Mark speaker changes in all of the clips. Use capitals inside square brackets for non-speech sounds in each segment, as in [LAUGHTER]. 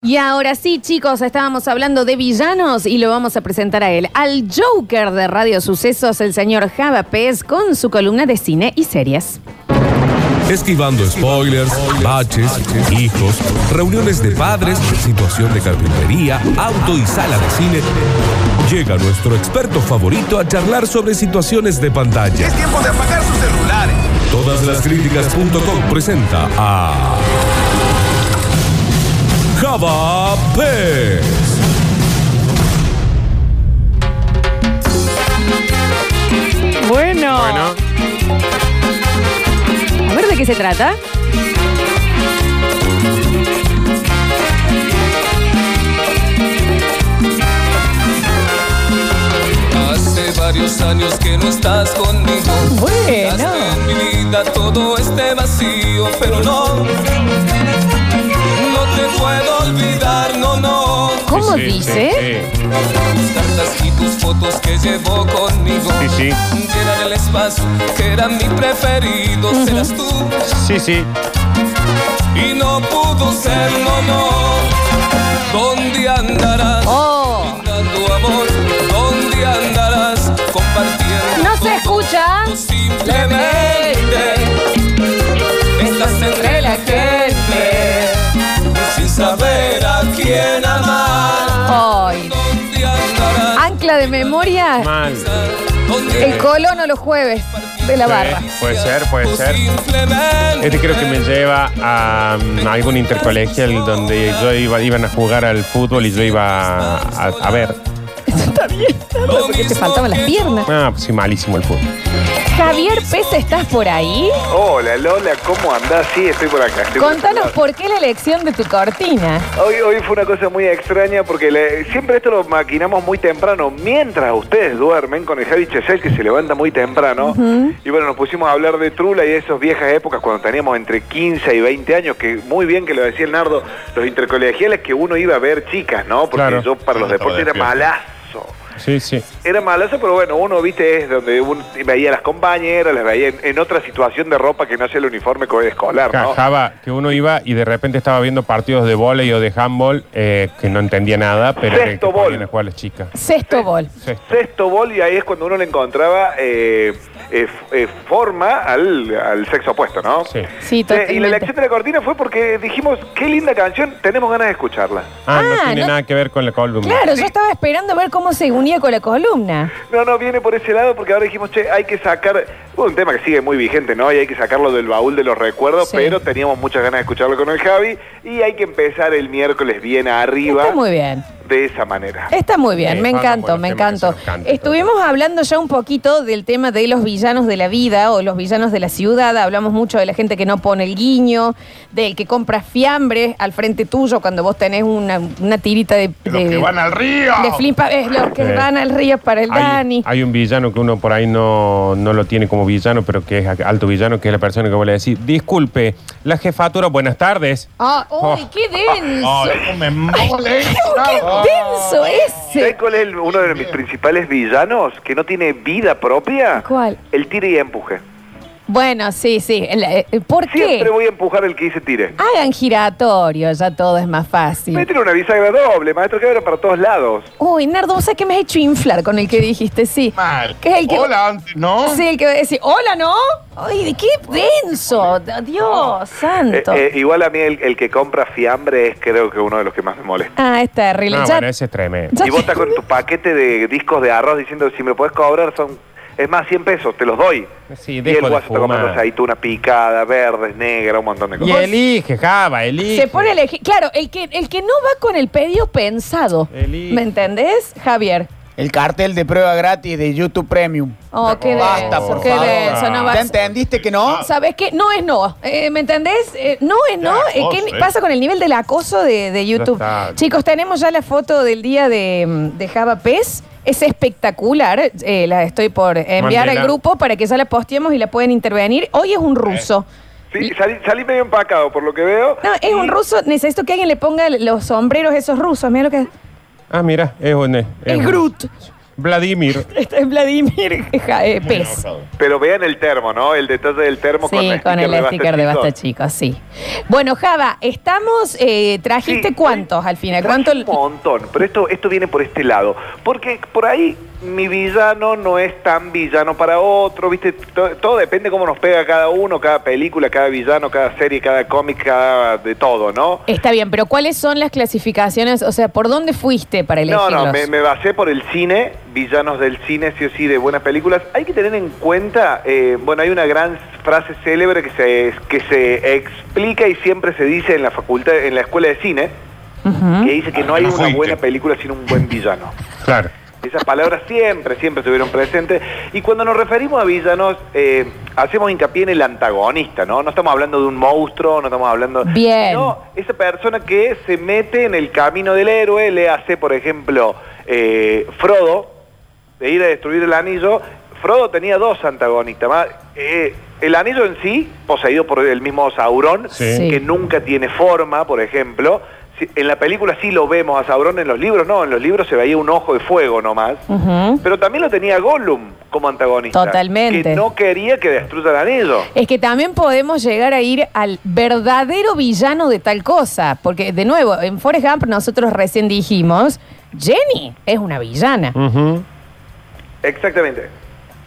Speaker 1: Y ahora sí, chicos, estábamos hablando de villanos y lo vamos a presentar a él, al Joker de Radio Sucesos, el señor Java Pez, con su columna de cine y series.
Speaker 2: Esquivando spoilers, baches, hijos, reuniones de padres, situación de carpintería, auto y sala de cine, llega nuestro experto favorito a charlar sobre situaciones de pantalla.
Speaker 3: Es tiempo de apagar sus celulares.
Speaker 2: Todas las críticas.com presenta a Java Pez.
Speaker 1: Bueno. A ver de qué se trata.
Speaker 4: Hace varios años que no estás conmigo. Llenaste mi vida todo este vacío, pero no. No te puedo olvidar, no, no.
Speaker 1: ¿Cómo
Speaker 5: Sí, sí,
Speaker 1: dice?
Speaker 5: sí,
Speaker 4: Tus cartas y tus fotos que llevo conmigo.
Speaker 5: Sí, sí.
Speaker 4: Llenan el espacio que era mi preferido, serás tú.
Speaker 5: Sí, sí.
Speaker 4: Y no pudo ser, no, no. ¿Dónde andarás?
Speaker 1: Oh,
Speaker 4: Brindando amor, ¿dónde andarás? Compartiendo.
Speaker 1: no se
Speaker 4: todo.
Speaker 1: escucha.
Speaker 4: Tú Simplemente estás entre la gente sin saber a quién amar.
Speaker 1: Ay,
Speaker 4: ¿Dónde andarás?
Speaker 1: ancla de memoria,
Speaker 5: Mal.
Speaker 4: ¿Dónde
Speaker 1: el colono los jueves de la barra.
Speaker 5: Sí, Puede ser,
Speaker 4: tú
Speaker 5: puede ser.
Speaker 4: simplemente
Speaker 5: Este creo que me lleva a, mm, algún intercolegial donde yo iba, iban a jugar al fútbol y yo iba a, a ver.
Speaker 1: Porque te faltaban las piernas.
Speaker 5: Ah, pues sí, malísimo el fútbol.
Speaker 1: Javier Pez, ¿estás por ahí?
Speaker 6: Hola Lola, ¿cómo andás? Sí, estoy por acá. estoy por
Speaker 1: Contanos
Speaker 6: acá.
Speaker 1: por qué la elección de tu cortina.
Speaker 6: Hoy, hoy fue una cosa muy extraña porque le- siempre esto lo maquinamos muy temprano, mientras ustedes duermen con el Javi Chesel que se levanta muy temprano. Y bueno, nos pusimos a hablar de Trula y de esas viejas épocas cuando teníamos entre 15 y 20 años, que muy bien que lo decía el Nardo, los intercolegiales que uno iba a ver chicas, ¿no? Porque
Speaker 5: Claro.
Speaker 6: yo para los deportes era malazo.
Speaker 5: Sí, sí.
Speaker 6: Era malazo, pero bueno, uno, viste, es donde uno veía a las compañeras, las veía en, en otra situación de ropa que no sea el uniforme co- escolar, ¿no?
Speaker 5: Cajaba que uno iba y de repente estaba viendo partidos de volei o de handball eh, que no entendía nada, pero que- que
Speaker 6: Sexto bol.
Speaker 5: ponían a jugar las chicas.
Speaker 1: Sexto gol.
Speaker 5: Sexto.
Speaker 6: sexto bol y ahí es cuando uno le encontraba eh, eh, f- eh, forma al, al sexo opuesto, ¿no?
Speaker 5: Sí.
Speaker 1: Sí,
Speaker 6: Eh, y la
Speaker 1: totalmente.
Speaker 6: elección de la cortina fue porque dijimos, qué linda canción, tenemos ganas de escucharla.
Speaker 5: Ah,
Speaker 1: Ah,
Speaker 5: no tiene
Speaker 1: no-
Speaker 5: nada que ver con la columna.
Speaker 1: Claro, yo estaba esperando a ver cómo se unía con la columna.
Speaker 6: No, no, viene por ese lado porque ahora dijimos, che, hay que sacar, un tema que sigue muy vigente, ¿no? Y hay que sacarlo del baúl de los recuerdos,
Speaker 1: Sí.
Speaker 6: pero teníamos muchas ganas de escucharlo con el Javi y hay que empezar el miércoles bien arriba
Speaker 1: Está muy bien.
Speaker 6: de esa manera.
Speaker 1: Está muy bien,
Speaker 5: Sí,
Speaker 1: me
Speaker 5: vamos
Speaker 1: encantó,
Speaker 5: por los
Speaker 1: me
Speaker 5: temas que se
Speaker 1: encantó.
Speaker 5: nos cantan,
Speaker 1: Estuvimos hablando ya un poquito del tema de los villanos de la vida o los villanos de la ciudad. Hablamos mucho de la gente que no pone el guiño, del que compra fiambres al frente tuyo cuando vos tenés una, una tirita de. de-
Speaker 5: al río.
Speaker 1: de flipa, es los que
Speaker 5: Sí.
Speaker 1: van al río para el
Speaker 5: Hay,
Speaker 1: Dani.
Speaker 5: hay un villano que uno por ahí no, no lo tiene como villano, pero que es alto villano, que es la persona que vos le decís, disculpe, la jefatura, buenas tardes.
Speaker 1: Ah, uy,
Speaker 5: Oh.
Speaker 1: qué denso.
Speaker 5: me
Speaker 1: ¡Qué
Speaker 6: Ah.
Speaker 1: eh. denso ese!
Speaker 6: ¿Sabes cuál es el- uno de mis principales villanos que no tiene vida propia?
Speaker 1: ¿Cuál?
Speaker 6: El tire y empuje.
Speaker 1: Bueno, sí, sí. El- eh, ¿Por qué? Ah,
Speaker 6: Siempre voy a empujar el que dice tire.
Speaker 1: Hagan giratorio, ya todo es más
Speaker 6: Me
Speaker 1: fácil.
Speaker 6: tiene una bisagra doble, maestro, que abre para todos lados.
Speaker 1: Uy, Nardo, ¿vos sabés que me has hecho inflar con el que dijiste? Sí.
Speaker 7: Mal.
Speaker 1: ¿Qué es el que,
Speaker 7: Hola, antes, ¿no?
Speaker 1: Sí, el que va a decir, hola, ¿no? Ay, qué denso. Dios santo.
Speaker 6: Eh, eh, igual a mí el, el que compra fiambre es creo que uno de los que más me molesta.
Speaker 1: Ah, es terrible.
Speaker 5: No,
Speaker 1: Ya-
Speaker 5: bueno, ese es tremendo.
Speaker 1: ya-
Speaker 6: Y vos estás con tu paquete de discos de arroz diciendo, si me podés cobrar son... Es más, 100 pesos, te los doy.
Speaker 5: Sí,
Speaker 6: y
Speaker 5: dejo
Speaker 6: el
Speaker 5: de
Speaker 6: guaso está comprando
Speaker 5: fumar.
Speaker 6: aceituna picada, verdes, negras, un montón de
Speaker 5: Y
Speaker 6: cosas.
Speaker 5: elige, Java,
Speaker 1: [LAUGHS]
Speaker 5: elige.
Speaker 1: Se pone a elegir. Claro, el que, el que no va con el pedido pensado.
Speaker 5: Elige.
Speaker 1: ¿Me entendés, Javier?
Speaker 7: El cartel de prueba gratis de YouTube Premium.
Speaker 1: Oh, qué
Speaker 7: Basta,
Speaker 1: denso,
Speaker 7: por
Speaker 1: qué
Speaker 7: favor.
Speaker 1: denso, no
Speaker 7: ¿Ya
Speaker 1: vas.
Speaker 7: entendiste que
Speaker 5: Ah.
Speaker 7: no?
Speaker 1: ¿Sabes qué? No es no. Eh, ¿Me entendés? Eh, no es no. Eh, ¿Qué ni- pasa con el nivel del acoso de, de YouTube?
Speaker 5: oh, Ya está.
Speaker 1: Chicos, tenemos ya la foto del día de, mm, de Java Pez. Es espectacular. Eh, la estoy por enviar
Speaker 5: Mándela.
Speaker 1: al grupo para que ya la posteemos y la pueden intervenir. Hoy es un ruso.
Speaker 6: Sí, salí, salí medio empacado por lo que veo.
Speaker 1: No, es un ruso. Necesito que alguien le ponga los sombreros a esos rusos. Mira lo que es.
Speaker 5: Ah, mira, es un...
Speaker 1: Es
Speaker 5: un-
Speaker 1: Groot. [LAUGHS]
Speaker 5: Vladimir.
Speaker 1: Este [LAUGHS] es Vladimir ja, eh, Pez.
Speaker 6: Pero vean el termo, ¿no? El detalle del termo con,
Speaker 1: Sí, con el sticker de Basta Chicos, sí. Bueno, Java, estamos, eh, trajiste
Speaker 6: Sí,
Speaker 1: cuántos al final,
Speaker 6: Traje
Speaker 1: cuánto
Speaker 6: Un montón, pero esto, esto viene por este lado. Porque por ahí mi villano no es tan villano para otro, ¿viste? To- Todo, depende cómo nos pega cada uno, cada película, cada villano, cada serie, cada cómic, cada de todo, ¿no?
Speaker 1: Está bien, pero ¿cuáles son las clasificaciones? O sea, ¿por dónde fuiste para
Speaker 6: No,
Speaker 1: elegirlos?
Speaker 6: no, me, me basé por el cine, villanos del cine, sí o sí, de buenas películas. Hay que tener en cuenta, eh, bueno, hay una gran frase célebre que se, que se explica y siempre se dice en la facultad, en la escuela de cine,
Speaker 1: Ujú.
Speaker 6: que dice Ah, que no hay una buena película sin un buen villano.
Speaker 5: Claro.
Speaker 6: Esas palabras siempre, siempre estuvieron presentes. Y cuando nos referimos a villanos, eh, hacemos hincapié en el antagonista, ¿no? No estamos hablando de un monstruo, no estamos hablando...
Speaker 1: Bien.
Speaker 6: No, esa persona que se mete en el camino del héroe, le hace, por ejemplo, eh, Frodo, de ir a destruir el anillo. Frodo tenía dos antagonistas más. Eh, el anillo en sí, poseído por el mismo Sauron,
Speaker 5: Sí.
Speaker 1: Sí.
Speaker 6: que nunca tiene forma, por ejemplo. Si- En la película sí lo vemos a Sauron, en los libros no, en los libros se veía un ojo de fuego nomás.
Speaker 1: Ujú.
Speaker 6: Pero también lo tenía Gollum como antagonista.
Speaker 1: Totalmente.
Speaker 6: Que no quería que destruya el anillo.
Speaker 1: Es que también podemos llegar a ir al verdadero villano de tal cosa. Porque, de nuevo, en Forrest Gump nosotros recién dijimos, Jenny es una villana.
Speaker 5: Ujú.
Speaker 6: Exactamente.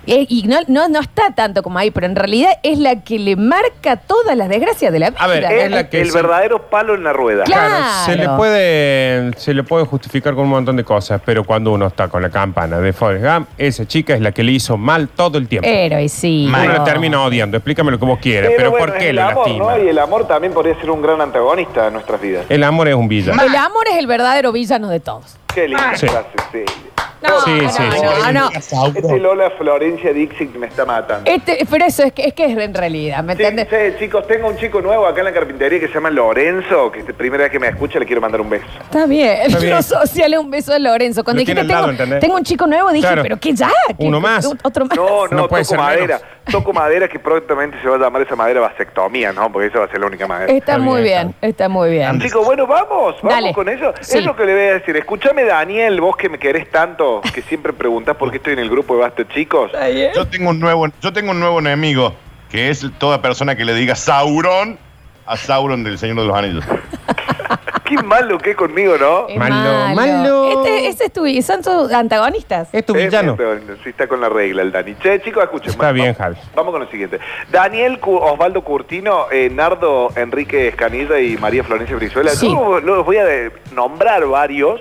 Speaker 1: Eh, Y no, no, no está tanto como ahí, pero en realidad es la que le marca todas las desgracias de la vida.
Speaker 5: A ver, Es
Speaker 6: Es
Speaker 5: la que
Speaker 6: el
Speaker 5: sí.
Speaker 6: verdadero palo en la rueda.
Speaker 1: Claro.
Speaker 5: Se le puede se le puede justificar con un montón de cosas, pero cuando uno está con la campana de Forrest Gump, esa chica es la que le hizo mal todo el tiempo.
Speaker 1: Héroe, sí.
Speaker 5: uno
Speaker 1: Eh, no.
Speaker 5: la termina odiando, explícame lo que vos quieras, pero,
Speaker 6: bueno,
Speaker 5: ¿por
Speaker 6: es
Speaker 5: qué
Speaker 6: el
Speaker 5: le
Speaker 6: amor,
Speaker 5: lastima?
Speaker 6: ¿no? Y el amor también podría ser un gran antagonista de nuestras vidas.
Speaker 5: El amor es un villano.
Speaker 1: El amor es el verdadero villano de todos.
Speaker 6: Qué linda
Speaker 5: Sí.
Speaker 6: frase, sí.
Speaker 1: No,
Speaker 5: Sí,
Speaker 1: no,
Speaker 5: sí,
Speaker 1: no,
Speaker 5: sí.
Speaker 1: no, no.
Speaker 6: Este Lola Florencia Dixit me está matando.
Speaker 1: Este, pero eso es que, es que es en realidad, ¿me
Speaker 6: Sí,
Speaker 1: entiendes?
Speaker 6: sí, chicos, tengo un chico nuevo acá en la carpintería que se llama Lorenzo, que es la primera vez que me escucha le quiero mandar un beso.
Speaker 1: Está bien. [LAUGHS]
Speaker 5: Está bien.
Speaker 1: Los sociales, un beso a Lorenzo. Cuando
Speaker 5: Lo
Speaker 1: dijiste,
Speaker 5: tiene al lado,
Speaker 1: tengo,
Speaker 5: ¿entendés?
Speaker 1: tengo un chico nuevo, dije,
Speaker 5: Claro.
Speaker 1: pero ¿qué ya? ¿Qué-
Speaker 5: Uno más.
Speaker 1: Otro más.
Speaker 6: [LAUGHS] No, no,
Speaker 5: No puede
Speaker 6: toco
Speaker 5: ser
Speaker 6: madera.
Speaker 5: menos.
Speaker 6: Toco madera que prontamente se va a llamar esa madera vasectomía, ¿no? Porque esa va a ser la única madera.
Speaker 1: está, muy bien, está muy bien.
Speaker 6: Chicos, bueno, vamos, vamos
Speaker 1: Dale.
Speaker 6: con eso.
Speaker 1: Sí.
Speaker 6: Es lo que le voy a decir. Escúchame, Daniel, vos que me querés tanto, que siempre preguntás por qué estoy en el grupo de Basta Chicos.
Speaker 1: Está bien.
Speaker 8: Yo tengo un nuevo, yo tengo un nuevo enemigo, que es toda persona que le diga Sauron a Sauron del Señor de los Anillos.
Speaker 6: Qué malo que es conmigo, ¿no?
Speaker 1: Es
Speaker 5: Malo, malo.
Speaker 1: Este, ese es tu, son tus antagonistas.
Speaker 5: Es tu
Speaker 6: Eh,
Speaker 5: villano.
Speaker 6: pero sí está con la regla el Dani. Che, chicos, escuchen.
Speaker 5: Está
Speaker 6: va-
Speaker 5: bien,
Speaker 6: va-
Speaker 5: Javi.
Speaker 6: Vamos con lo siguiente. Daniel Cu- Osvaldo Curtino, eh, Nardo Enrique Escanilla y María Florencia Brizuela.
Speaker 1: Sí.
Speaker 6: Yo los- los voy a de- nombrar varios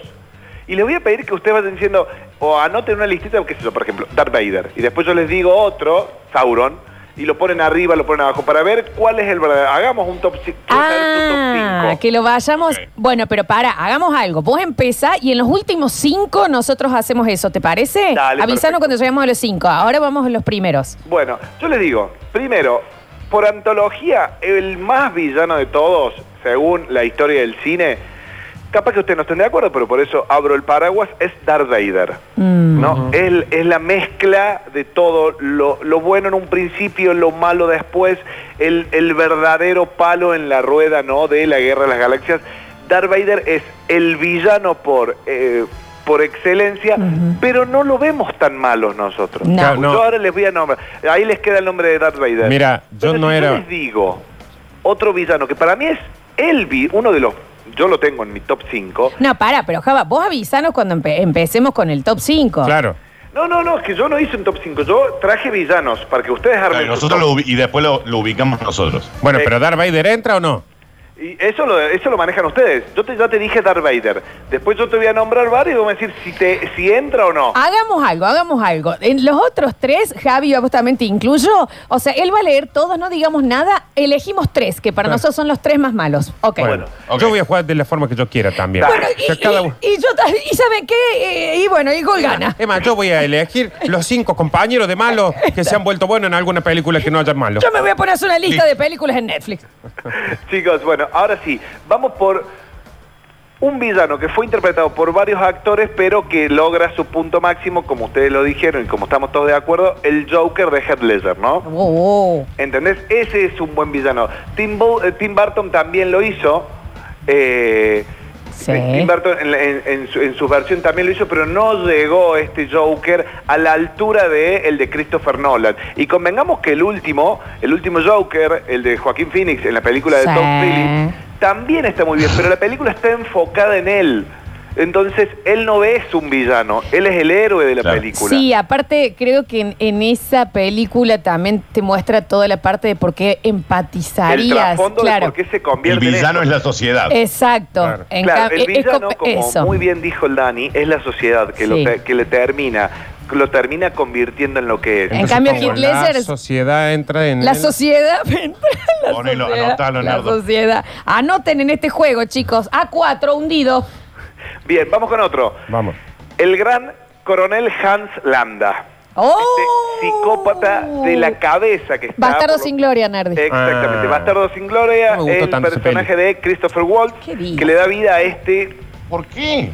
Speaker 6: y les voy a pedir que ustedes vayan diciendo o anoten una listita, qué sé yo, por ejemplo, Darth Vader. Y después yo les digo otro, Sauron, y lo ponen arriba, lo ponen abajo, para ver cuál es el verdadero. Hagamos un top 5.
Speaker 1: Ah, que lo vayamos. Bueno, pero para, hagamos algo. Vos empezá y en los últimos cinco nosotros hacemos eso, ¿te parece?
Speaker 6: Dale,
Speaker 1: Avisanos
Speaker 6: perfecto.
Speaker 1: cuando lleguemos a los cinco. Ahora vamos a los primeros.
Speaker 6: Bueno, yo les digo, primero, por antología, el más villano de todos, según la historia del cine, capaz que ustedes no estén de acuerdo, pero por eso abro el paraguas, es Darth Vader. ¿no? Él es la mezcla de todo, lo, lo bueno en un principio, lo malo después, el, el verdadero palo en la rueda ¿no? de la guerra de las galaxias. Darth Vader es el villano por, eh, por excelencia, pero no lo vemos tan malo nosotros.
Speaker 1: No.
Speaker 5: Claro, no.
Speaker 6: Yo ahora les voy a nombrar. Ahí les queda el nombre de Darth Vader.
Speaker 5: Mira, yo
Speaker 6: Pero
Speaker 5: no
Speaker 6: si
Speaker 5: era-
Speaker 6: les digo, otro villano que para mí es el vi- uno de los. Yo lo tengo en mi top 5.
Speaker 1: No, para, pero Java, vos avisanos cuando empe- empecemos con el top 5.
Speaker 5: Claro.
Speaker 6: No, no, no, es que yo no hice un top 5. Yo traje villanos para que ustedes armen.
Speaker 8: Claro, y,
Speaker 6: su
Speaker 8: nosotros
Speaker 6: top.
Speaker 8: lo ubi- y después lo, lo ubicamos nosotros.
Speaker 5: Bueno,
Speaker 6: Eh.
Speaker 5: pero Darth Vader entra o no?
Speaker 6: Y eso lo, eso lo manejan ustedes. Yo te, ya te dije Darth Vader. Después yo te voy a nombrar varios y vos me vas a decir si, te, si entra o no.
Speaker 1: Hagamos algo, hagamos algo. En los otros tres, Javi, yo vos también te incluyo. O sea, él va a leer todos, no digamos nada. Elegimos tres, que para
Speaker 5: Claro.
Speaker 1: nosotros son los tres más malos. Ok.
Speaker 5: Bueno,
Speaker 8: ok.
Speaker 5: yo voy a jugar de la forma que yo quiera también.
Speaker 1: Bueno,
Speaker 5: O
Speaker 1: y,
Speaker 5: sea, cada uno-
Speaker 1: y- y yo ta- y ¿saben qué? eh, Y, y bueno, y gol gana.
Speaker 5: Es más, yo voy a elegir los cinco compañeros de malos que se han vuelto buenos en alguna película que no hayan malos.
Speaker 1: Yo me voy a poner a hacer una lista de películas en Netflix.
Speaker 6: Chicos, bueno, ahora sí, vamos por un villano que fue interpretado por varios actores, pero que logra su punto máximo, como ustedes lo dijeron y como estamos todos de acuerdo, el Joker de Heath Ledger, ¿no?
Speaker 1: Oh, oh.
Speaker 6: ¿Entendés? Ese es un buen villano. Tim, Bo- eh, Tim Burton también lo hizo. eh,
Speaker 1: Sí.
Speaker 6: Timberton en, la- en- en su, en su versión también lo hizo, pero no llegó este Joker a la altura de el de Christopher Nolan. Y convengamos que el último, el último Joker, el de Joaquín Phoenix en la película de
Speaker 1: Sí.
Speaker 6: Tom Phillips, también está muy bien, pero la película está enfocada en él. Entonces, él no es un villano, él es el héroe de la
Speaker 8: Claro.
Speaker 6: película.
Speaker 1: Sí, aparte creo que en, en esa película también te muestra toda la parte de por qué empatizarías.
Speaker 6: el trasfondo
Speaker 1: claro.
Speaker 6: de por qué se
Speaker 8: El
Speaker 6: convierte
Speaker 8: villano es
Speaker 6: en esto.
Speaker 8: la sociedad.
Speaker 1: Exacto.
Speaker 5: Claro.
Speaker 1: En
Speaker 6: Claro,
Speaker 1: cam- es-
Speaker 6: el
Speaker 1: es
Speaker 6: villano,
Speaker 1: cop-
Speaker 6: como
Speaker 1: eso.
Speaker 6: muy bien dijo el Dani, es la sociedad que,
Speaker 1: Sí.
Speaker 6: lo, te- que le termina, lo termina convirtiendo en lo que es.
Speaker 1: En cambio,
Speaker 5: como
Speaker 1: Heath Ledger-
Speaker 5: La sociedad entra en.
Speaker 1: La
Speaker 5: en-
Speaker 1: sociedad. [LAUGHS] la
Speaker 8: Ponelo,
Speaker 1: sociedad,
Speaker 8: anotalo,
Speaker 1: la
Speaker 8: Nardo.
Speaker 1: sociedad. Anoten en este juego, chicos. A4 hundido.
Speaker 6: Bien, vamos con otro.
Speaker 5: Vamos.
Speaker 6: El gran coronel Hans Landa.
Speaker 1: ¡Oh!
Speaker 6: Este psicópata de la cabeza que está.
Speaker 1: Bastardo
Speaker 6: por lo-
Speaker 1: sin gloria, Nardi.
Speaker 6: Exactamente,
Speaker 5: Ah.
Speaker 6: Bastardo sin Gloria,
Speaker 5: No me gustó
Speaker 6: el
Speaker 5: tanto esa
Speaker 6: personaje de Christopher Waltz,
Speaker 1: Qué bien.
Speaker 6: que le da vida a este
Speaker 8: ¿Por qué?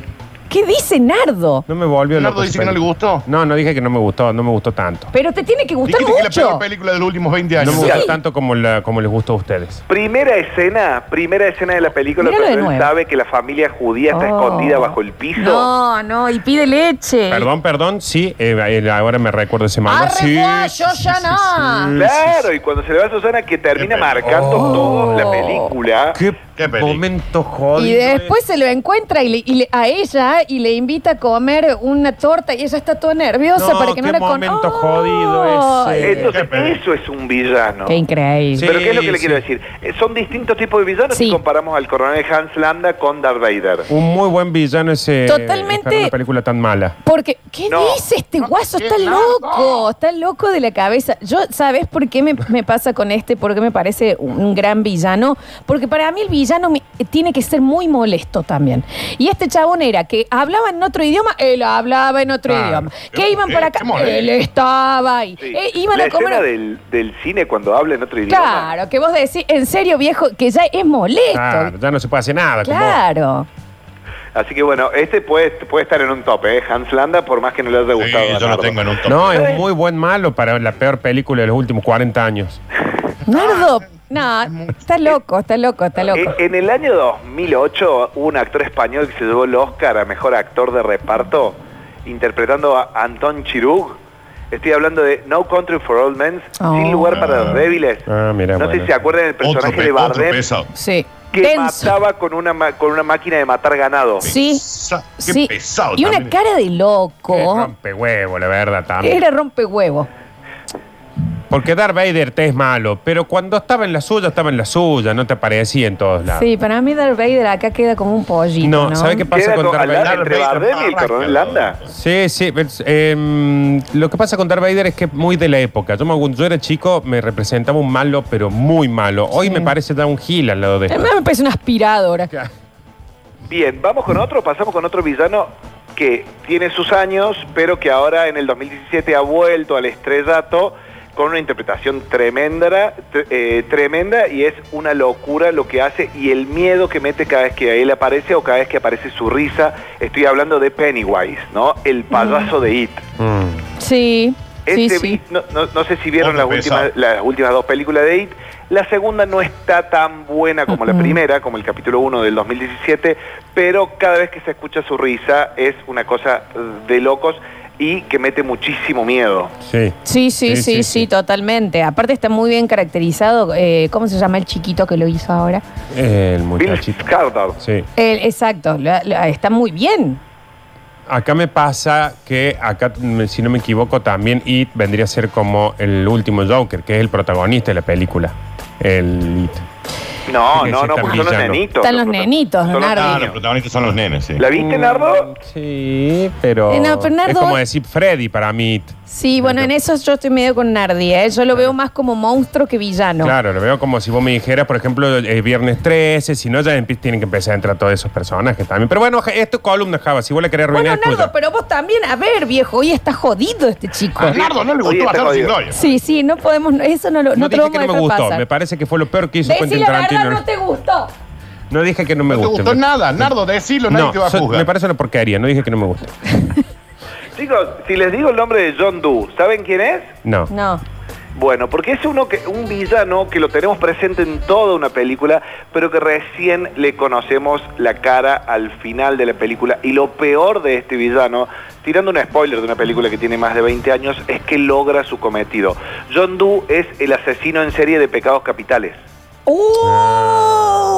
Speaker 1: ¿Qué dice Nardo?
Speaker 5: No me volvió
Speaker 8: Leonardo
Speaker 5: loco
Speaker 8: dice
Speaker 5: esa
Speaker 8: que no le
Speaker 5: película.
Speaker 8: gustó.
Speaker 5: No, no dije que no me gustó, no me gustó tanto.
Speaker 1: Pero te tiene que gustar
Speaker 8: Dijiste que es la
Speaker 1: mucho.
Speaker 8: peor película de los últimos 20
Speaker 5: No
Speaker 8: años.
Speaker 5: me gustó tanto como, la, como les gustó a ustedes.
Speaker 6: Primera escena, primera escena de la película,
Speaker 1: Míralo
Speaker 6: cuando
Speaker 1: de
Speaker 6: él
Speaker 1: nuevo.
Speaker 6: sabe que la familia judía está
Speaker 1: Oh.
Speaker 6: escondida bajo el piso.
Speaker 1: No, no, y pide leche.
Speaker 5: Perdón, perdón, sí, eh, eh, ahora me recuerdo ese manga.
Speaker 1: Arre,
Speaker 5: Sí,
Speaker 1: guay,
Speaker 5: sí,
Speaker 1: yo
Speaker 5: sí,
Speaker 1: ya
Speaker 5: sí,
Speaker 1: no.
Speaker 5: sí,
Speaker 6: Claro, y cuando se le va a Susana que termina
Speaker 8: Qué
Speaker 6: marcando
Speaker 1: peli-
Speaker 6: todo la
Speaker 1: Oh.
Speaker 6: película.
Speaker 5: Qué,
Speaker 8: Qué película.
Speaker 5: momento
Speaker 1: Y
Speaker 5: jodido.
Speaker 1: después se lo encuentra y le- y le- a ella y le invita a comer una torta y ella está toda nerviosa
Speaker 5: No,
Speaker 1: para que no
Speaker 5: qué
Speaker 1: la con-
Speaker 5: momento
Speaker 1: ¡Ay!
Speaker 5: jodido ese.
Speaker 6: Entonces,
Speaker 8: Qué peli-
Speaker 6: eso es un villano.
Speaker 1: Qué increíble.
Speaker 5: Sí.
Speaker 6: Pero ¿qué es lo que le
Speaker 5: sí.
Speaker 6: quiero decir? Eh, Son distintos tipos de villanos
Speaker 1: Sí.
Speaker 6: si comparamos al coronel Hans Landa con Darth Vader.
Speaker 5: Un muy buen villano ese.
Speaker 1: Totalmente.
Speaker 5: para Una película tan mala.
Speaker 1: Porque, ¿qué
Speaker 6: No.
Speaker 1: dice este
Speaker 8: No,
Speaker 1: guaso?
Speaker 8: qué
Speaker 1: Está
Speaker 8: nada.
Speaker 1: loco, está loco de la cabeza. Yo, ¿sabes por qué me, me pasa con este? ¿Por qué me parece un, un gran villano? Porque para mí el villano me- tiene que ser muy molesto también. Y este chabón era que hablaba en otro idioma, él hablaba en otro
Speaker 5: Claro.
Speaker 1: idioma. Que
Speaker 8: Qué-
Speaker 1: iban
Speaker 8: qué-
Speaker 1: para
Speaker 8: qué
Speaker 1: acá,
Speaker 8: molesto.
Speaker 1: él estaba ahí.
Speaker 6: Sí.
Speaker 1: Eh, iban
Speaker 6: la
Speaker 1: a comer.
Speaker 6: escena del, del cine cuando habla en otro idioma.
Speaker 1: Claro, que vos decís, en serio, viejo, que ya es molesto.
Speaker 5: Claro,
Speaker 1: Claro.
Speaker 5: ya no se puede hacer nada. con vos.
Speaker 6: Así que bueno, este puede, puede estar en un top, ¿eh? Hans Landa, por más que no le haya
Speaker 8: Sí,
Speaker 6: gustado. a
Speaker 8: yo lo
Speaker 6: Nardo.
Speaker 8: tengo en un top.
Speaker 5: No, es un muy buen malo para la peor película de los últimos 40 años.
Speaker 1: Nardo, no, está loco, está loco, está loco.
Speaker 6: Eh, En el año 2008, hubo un actor español que se llevó el Oscar a Mejor Actor de Reparto, interpretando a Anton Chirug. Estoy hablando de No Country for Old Men,
Speaker 1: Oh.
Speaker 6: Sin Lugar para los Débiles.
Speaker 5: Ah, mira,
Speaker 6: no sé
Speaker 5: bueno.
Speaker 6: si se acuerdan del personaje
Speaker 8: pe-
Speaker 6: de
Speaker 8: otro
Speaker 6: Bardem
Speaker 8: pesado.
Speaker 1: Sí.
Speaker 6: que
Speaker 1: Tenso.
Speaker 6: mataba con una, ma- con una máquina de matar ganado.
Speaker 1: Sí.
Speaker 8: Sa- Qué
Speaker 1: Sí.
Speaker 8: pesado.
Speaker 1: y una
Speaker 8: también.
Speaker 1: cara de
Speaker 5: Qué
Speaker 1: loco.
Speaker 5: rompe huevo, la verdad, también.
Speaker 1: Era rompehuevo.
Speaker 5: Porque Darth Vader te es malo, pero cuando estaba en la suya, estaba en la suya, no te aparecía en todos lados.
Speaker 1: Sí, para mí Darth Vader acá queda como un pollito. No,
Speaker 5: No, ¿sabe qué pasa
Speaker 6: Queda
Speaker 5: con
Speaker 6: con-
Speaker 5: Darth
Speaker 6: al lado
Speaker 5: Vader?
Speaker 6: entre
Speaker 8: Darth Vader
Speaker 6: Bardem y el coronel Landa.
Speaker 5: Sí, sí. es, em, lo que pasa con Darth Vader es que es muy de la época. Yo, me acuerdo- yo era chico, me representaba un malo, pero muy malo. Hoy me parece dar un gil al lado de
Speaker 1: A mí Eh, me parece una aspiradora.
Speaker 6: Bien, vamos con otro, pasamos con otro villano que tiene sus años, pero que ahora en el 2017 ha vuelto al estrellato con una interpretación tremenda, tre- eh, tremenda y es una locura lo que hace y el miedo que mete cada vez que a él aparece o cada vez que aparece su risa. Estoy hablando de Pennywise, ¿no? El payaso de It.
Speaker 5: Mm.
Speaker 1: Sí, sí,
Speaker 6: Este
Speaker 1: sí.
Speaker 6: vi- no, no- no sé si vieron
Speaker 8: Otro
Speaker 6: las últimas,
Speaker 5: ah.
Speaker 8: pesado.
Speaker 6: las últimas dos películas de IT. La segunda no está tan buena como la
Speaker 1: Ujú.
Speaker 6: primera, como el capítulo 1 del 2017, pero cada vez que se escucha su risa es una cosa eh, de locos y que mete muchísimo miedo.
Speaker 5: Sí.
Speaker 1: Sí, sí, sí, sí, totalmente. Aparte está muy bien caracterizado. eh, ¿Cómo se llama el chiquito que lo hizo ahora?
Speaker 5: El
Speaker 6: Bill
Speaker 5: muchachito.
Speaker 6: Skarsgård.
Speaker 5: Sí.
Speaker 1: El- exacto, la- la- está muy bien.
Speaker 5: Acá me pasa que acá, mm, si no me equivoco, también It vendría a ser como el último Joker, que es el protagonista de la película. El It. Sí,
Speaker 6: No, no,
Speaker 5: sí,
Speaker 6: no,
Speaker 5: está
Speaker 6: porque son los
Speaker 5: brillando.
Speaker 6: nenitos.
Speaker 1: Están los
Speaker 6: prota-
Speaker 1: nenitos,
Speaker 6: son los
Speaker 1: Leonardo. Mm.
Speaker 8: Ah, los
Speaker 6: niños.
Speaker 8: protagonistas son los nenes, sí.
Speaker 6: ¿La viste, Nardo?
Speaker 5: Mm, Sí, pero.
Speaker 1: Eh, no, pero Nardo-
Speaker 5: es como decir Freddy para mí. It.
Speaker 1: Sí, bueno, en eso yo estoy medio con Nardi. ¿eh? Yo lo veo más como monstruo que villano.
Speaker 5: Claro, lo veo como si vos me dijeras, por ejemplo, eh, viernes 13, si no, ya empie- tienen que empezar a entrar todos esos personajes también. Pero bueno, ja- es tu columna, Java, si vos la querés
Speaker 1: Bueno,
Speaker 5: arruinar es
Speaker 1: Nardo,
Speaker 5: tuya.
Speaker 1: pero vos también, a ver, viejo, hoy está jodido este chico.
Speaker 8: A Leonardo no le gustó
Speaker 6: Oye, está
Speaker 8: Bastardo sin
Speaker 6: jodido.
Speaker 8: Gloria.
Speaker 1: Sí, sí, no podemos, no- eso no lo no
Speaker 5: No
Speaker 1: te
Speaker 5: dije
Speaker 1: lo vamos a
Speaker 5: que no me
Speaker 1: dejar
Speaker 5: gustó,
Speaker 1: pasar.
Speaker 5: me parece que fue lo peor que hizo
Speaker 1: Decí
Speaker 5: Quentin
Speaker 1: la verdad,
Speaker 5: Tarantino.
Speaker 1: no te gustó.
Speaker 5: No dije que no me
Speaker 8: No te
Speaker 5: guste.
Speaker 8: gustó
Speaker 5: me-
Speaker 8: nada, Nardo, decilo, nadie
Speaker 5: No,
Speaker 8: te va a
Speaker 5: so-
Speaker 8: juzgar.
Speaker 5: me parece una porquería, no dije que no me guste.
Speaker 6: Chicos, si les digo el nombre de John Doe, ¿saben quién es?
Speaker 5: No.
Speaker 1: No.
Speaker 6: Bueno, porque es uno que, un villano que lo tenemos presente en toda una película, pero que recién le conocemos la cara al final de la película. Y lo peor de este villano, tirando un spoiler de una película que tiene más de 20 años, es que logra su cometido. John Doe es el asesino en serie de pecados capitales.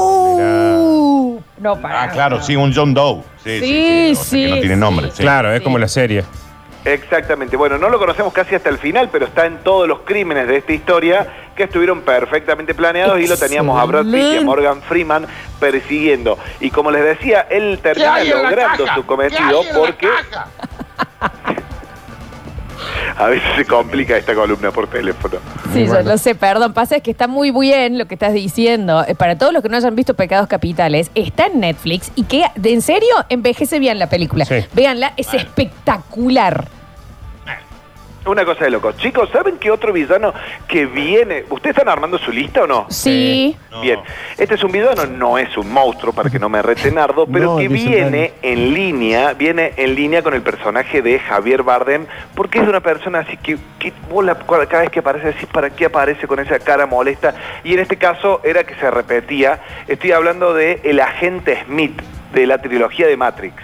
Speaker 1: ¡Uh! No, para.
Speaker 8: Ah, claro, sí, un John Doe. Sí, sí, sí.
Speaker 1: Sí,
Speaker 8: o sea, que
Speaker 1: sí,
Speaker 8: no tiene
Speaker 1: sí.
Speaker 8: nombre. sí.
Speaker 5: Claro, es
Speaker 1: Sí.
Speaker 5: como la serie.
Speaker 6: Exactamente. Bueno, no lo conocemos casi hasta el final, pero está en todos los crímenes de esta historia que estuvieron perfectamente planeados y lo teníamos a Brad Pitt y a Morgan Freeman persiguiendo. Y como les decía, él termina logrando su cometido porque [LAUGHS] a veces se complica esta columna por teléfono.
Speaker 1: Sí, yo lo sé, perdón. Pasa es que está muy bien lo que estás diciendo. Eh, Para todos los que no hayan visto Pecados Capitales, está en Netflix y que, de en serio, envejece bien la película.
Speaker 5: Sí.
Speaker 1: Véanla, es espectacular.
Speaker 6: Una cosa de loco. Chicos, ¿saben qué otro villano que viene? ¿Ustedes están armando su lista o no?
Speaker 1: Sí.
Speaker 8: No.
Speaker 6: Bien, este es un villano, no es un monstruo, para que no me rete
Speaker 7: [LAUGHS]
Speaker 6: Nardo, pero
Speaker 7: No,
Speaker 6: que
Speaker 7: dice
Speaker 6: viene en línea, viene en línea con el personaje de Javier Bardem, porque es una persona así que, que vos la- cada vez que aparece decís, ¿para qué aparece con esa cara molesta? Y en este caso era que se repetía, estoy hablando de el agente Smith, de la trilogía de Matrix.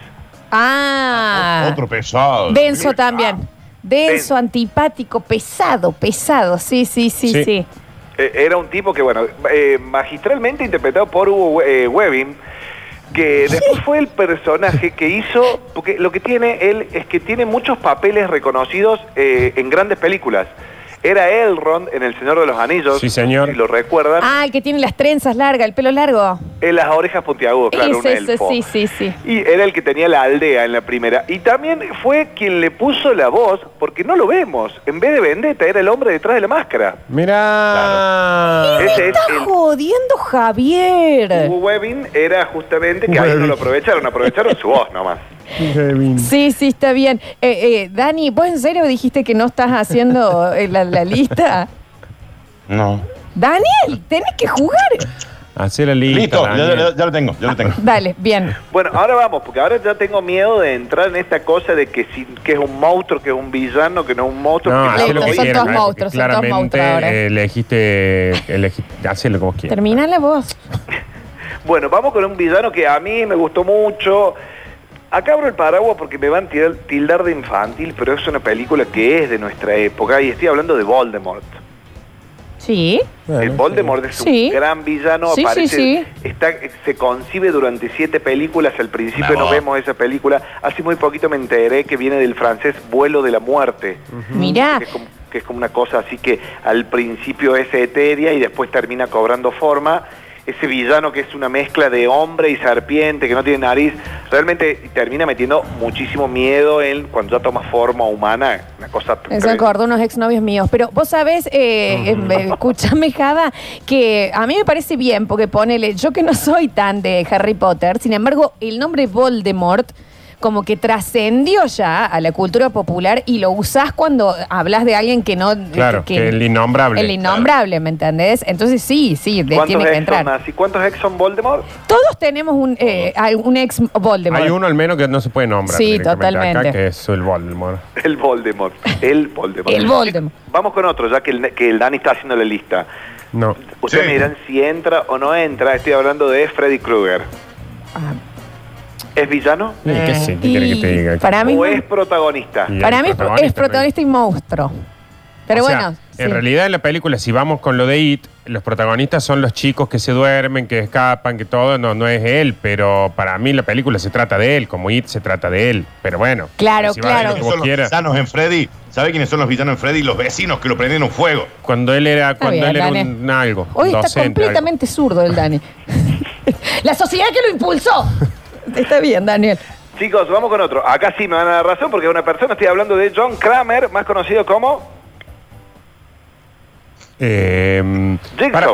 Speaker 1: Ah.
Speaker 8: Otro Ah. pesado.
Speaker 1: Denso
Speaker 8: Sí.
Speaker 1: también. Denso,
Speaker 6: Denso.
Speaker 1: antipático, pesado, pesado. Sí, sí, sí, sí.
Speaker 5: Sí.
Speaker 6: Eh, Era un tipo que, bueno, eh, magistralmente interpretado por Hugo We- eh, Webbing, que después fue el personaje que hizo, porque lo que tiene él es que tiene muchos papeles reconocidos eh, en grandes películas. Era Elrond en El Señor de los Anillos,
Speaker 5: Sí, señor.
Speaker 6: si lo recuerdan,
Speaker 1: Ah, el que tiene las trenzas largas, el pelo largo.
Speaker 6: en las orejas puntiagudas, claro, un
Speaker 1: Ese, ese,
Speaker 6: elfo.
Speaker 1: sí, sí, sí.
Speaker 6: Y era el que tenía la aldea en la primera. Y también fue quien le puso la voz, porque no lo vemos. En vez de Vendetta, era el hombre detrás de la máscara.
Speaker 5: Mira.
Speaker 6: Ese es
Speaker 1: Está
Speaker 6: el
Speaker 1: jodiendo Javier.
Speaker 6: Hugo Webbing era justamente que ahí no lo aprovecharon, aprovecharon su voz nomás.
Speaker 1: Sí, sí, está bien. Eh, eh, Dani, ¿vos en serio dijiste que no estás
Speaker 6: [LAUGHS]
Speaker 1: haciendo eh, la, la lista?
Speaker 8: No.
Speaker 1: Daniel, tenés que jugar.
Speaker 5: Así la lista.
Speaker 8: Listo, ya,
Speaker 5: Daniel.
Speaker 8: ya- ya lo tengo, ya
Speaker 1: [LAUGHS]
Speaker 8: lo tengo.
Speaker 1: Dale, bien.
Speaker 6: Bueno, ahora vamos, porque ahora ya tengo miedo de entrar en esta cosa de que, si, que es un monstruo, que es un villano, que no es un monstruo.
Speaker 5: No,
Speaker 6: que
Speaker 1: Listo,
Speaker 5: hacé lo que
Speaker 1: son
Speaker 5: quieras.
Speaker 1: todos
Speaker 5: ¿eh? Porque
Speaker 1: monstruos, son todos
Speaker 5: claramente
Speaker 1: monstruos ahora.
Speaker 5: eh, elegiste, elegiste, hacelo como quieras.
Speaker 1: Termina la voz.
Speaker 6: Bueno, vamos con un villano que a mí me gustó mucho. Acá abro el paraguas porque me van a tirar- tildar de infantil, pero es una película que es de nuestra época y estoy hablando de Voldemort.
Speaker 1: Sí.
Speaker 6: El Voldemort es
Speaker 1: Sí.
Speaker 6: un gran villano,
Speaker 1: Sí, sí,
Speaker 6: aparece,
Speaker 1: sí.
Speaker 6: está- se concibe durante siete películas, al principio
Speaker 8: Bravo.
Speaker 6: no vemos esa película, hace muy poquito me enteré que viene del francés Vuelo de la Muerte,
Speaker 1: Mirá.
Speaker 6: que, es como, que es como una cosa así que al principio es etérea y después termina cobrando forma, ese villano que es una mezcla de hombre y serpiente, que no tiene nariz, realmente termina metiendo muchísimo miedo en cuando ya toma forma humana, una cosa...
Speaker 1: Se acordó unos exnovios míos. Pero vos sabés, eh, eh, me- escúchame, Jada, que a mí me parece bien, porque ponele, yo que no soy tan de Harry Potter, sin embargo, el nombre Voldemort como que trascendió ya a la cultura popular y lo usás cuando hablas de alguien que no...
Speaker 5: Claro, que el innombrable.
Speaker 1: El innombrable, ¿me entendés? Entonces sí, sí, de-
Speaker 6: ¿Cuántos
Speaker 1: tiene que
Speaker 6: ex
Speaker 1: entrar.
Speaker 6: son así? ¿Cuántos ex son Voldemort?
Speaker 1: Todos tenemos un, eh, al- un ex Voldemort.
Speaker 5: Hay uno al menos que no se puede nombrar.
Speaker 1: Sí,
Speaker 5: directamente
Speaker 1: totalmente.
Speaker 5: Acá, que es el Voldemort.
Speaker 6: [LAUGHS] El Voldemort. El Voldemort. Eh,
Speaker 1: El Voldemort.
Speaker 6: Vamos con otro, ya que el, que el Dani está haciendo la lista.
Speaker 5: No.
Speaker 6: Ustedes
Speaker 8: Sí.
Speaker 6: me dirán si entra o no entra. Estoy hablando de Freddy Krueger.
Speaker 1: Ah.
Speaker 6: ¿Es villano?
Speaker 5: Sí, ¿Qué sé? ¿Qué
Speaker 1: Eh, Y
Speaker 5: quiere que te diga?
Speaker 1: Para mí,
Speaker 6: ¿O
Speaker 1: no.
Speaker 6: es protagonista?
Speaker 8: Mm.
Speaker 5: Y
Speaker 1: para
Speaker 5: el
Speaker 1: mí es- es protagonista y monstruo. Pero
Speaker 5: O sea,
Speaker 1: bueno.
Speaker 5: En
Speaker 1: sí.
Speaker 5: realidad, en la película, si vamos con lo de It, los protagonistas son los chicos que se duermen, que escapan, que todo. No, no es él, pero para mí la película se trata de él, como It se trata de él. Pero bueno.
Speaker 1: Claro,
Speaker 5: si va a ser
Speaker 1: claro.
Speaker 5: lo que
Speaker 8: ¿Quiénes
Speaker 5: vos
Speaker 8: son los
Speaker 5: quieras.
Speaker 8: villanos en Freddy? ¿Sabe quiénes son los villanos en Freddy? Los vecinos que lo prendieron fuego.
Speaker 5: Cuando él era, cuando
Speaker 1: bien,
Speaker 5: él era
Speaker 1: Dani.
Speaker 5: un algo.
Speaker 1: Hoy está
Speaker 5: docente, algo.
Speaker 1: completamente zurdo
Speaker 5: [LAUGHS]
Speaker 1: el Dani. la sociedad que lo impulsó. Está bien, Daniel.
Speaker 6: Chicos, vamos con otro. Acá sí me van a dar razón porque es una persona. Estoy hablando de John Kramer, más conocido como
Speaker 5: Eh,
Speaker 6: Jigsaw,
Speaker 5: para-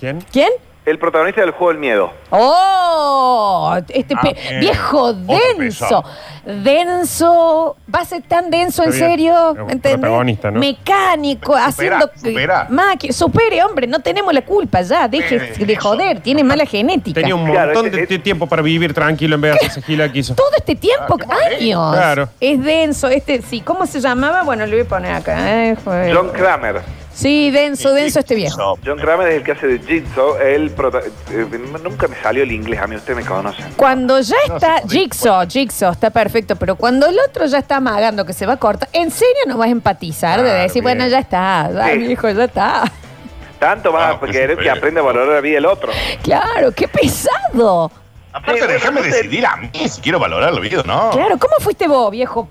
Speaker 5: ¿Quién?
Speaker 1: ¿Quién?
Speaker 6: el protagonista del juego del miedo.
Speaker 1: ¡Oh! Este
Speaker 8: Ah,
Speaker 1: pe-
Speaker 8: bien.
Speaker 1: viejo
Speaker 8: Otro
Speaker 1: denso.
Speaker 8: pesado.
Speaker 1: Denso. Va a ser tan denso, en
Speaker 5: Está bien.
Speaker 1: serio.
Speaker 5: Es un
Speaker 1: ¿entendés?
Speaker 5: protagonista, ¿no?
Speaker 1: Mecánico, haciendo.
Speaker 8: supera.
Speaker 1: Maqui- supere, hombre, no tenemos la culpa ya. Deje
Speaker 8: Supere,
Speaker 1: de
Speaker 8: eso.
Speaker 1: joder, tiene mala genética.
Speaker 5: Tenía un
Speaker 6: Claro,
Speaker 5: montón
Speaker 6: este-
Speaker 5: de
Speaker 6: este-
Speaker 5: tiempo para vivir tranquilo en vez de hacerse gila que
Speaker 1: [LAUGHS]
Speaker 5: hizo.
Speaker 1: Todo este tiempo, años.
Speaker 5: Ah, Claro.
Speaker 1: Es denso. Este, sí, ¿cómo se llamaba? Bueno, lo voy a poner acá. eh, fue-
Speaker 6: John Kramer.
Speaker 1: Sí, denso, denso este viejo.
Speaker 8: No.
Speaker 6: John Kramer es el que hace de Jigsaw. Él prota- eh, nunca me salió el inglés, a mí ustedes me conocen.
Speaker 1: Cuando ya está
Speaker 8: sí, sí,
Speaker 1: Jigsaw, Jigsaw está perfecto, pero cuando el otro ya está amagando que se va a cortar, ¿en serio no vas a empatizar de
Speaker 5: Claro,
Speaker 1: decir,
Speaker 5: bien.
Speaker 1: bueno, ya está, ya,
Speaker 6: Sí.
Speaker 1: viejo, ya está? [LAUGHS]
Speaker 6: Tanto vas
Speaker 8: Ah,
Speaker 6: a
Speaker 8: pues,
Speaker 6: querer que
Speaker 8: eh,
Speaker 6: aprenda a valorar la vida del otro.
Speaker 1: Claro, qué pesado.
Speaker 8: Aparte,
Speaker 6: Sí, bueno,
Speaker 8: déjame
Speaker 6: no te-
Speaker 8: decidir a mí si quiero valorar la vida, ¿no?
Speaker 1: Claro, ¿cómo fuiste vos, viejo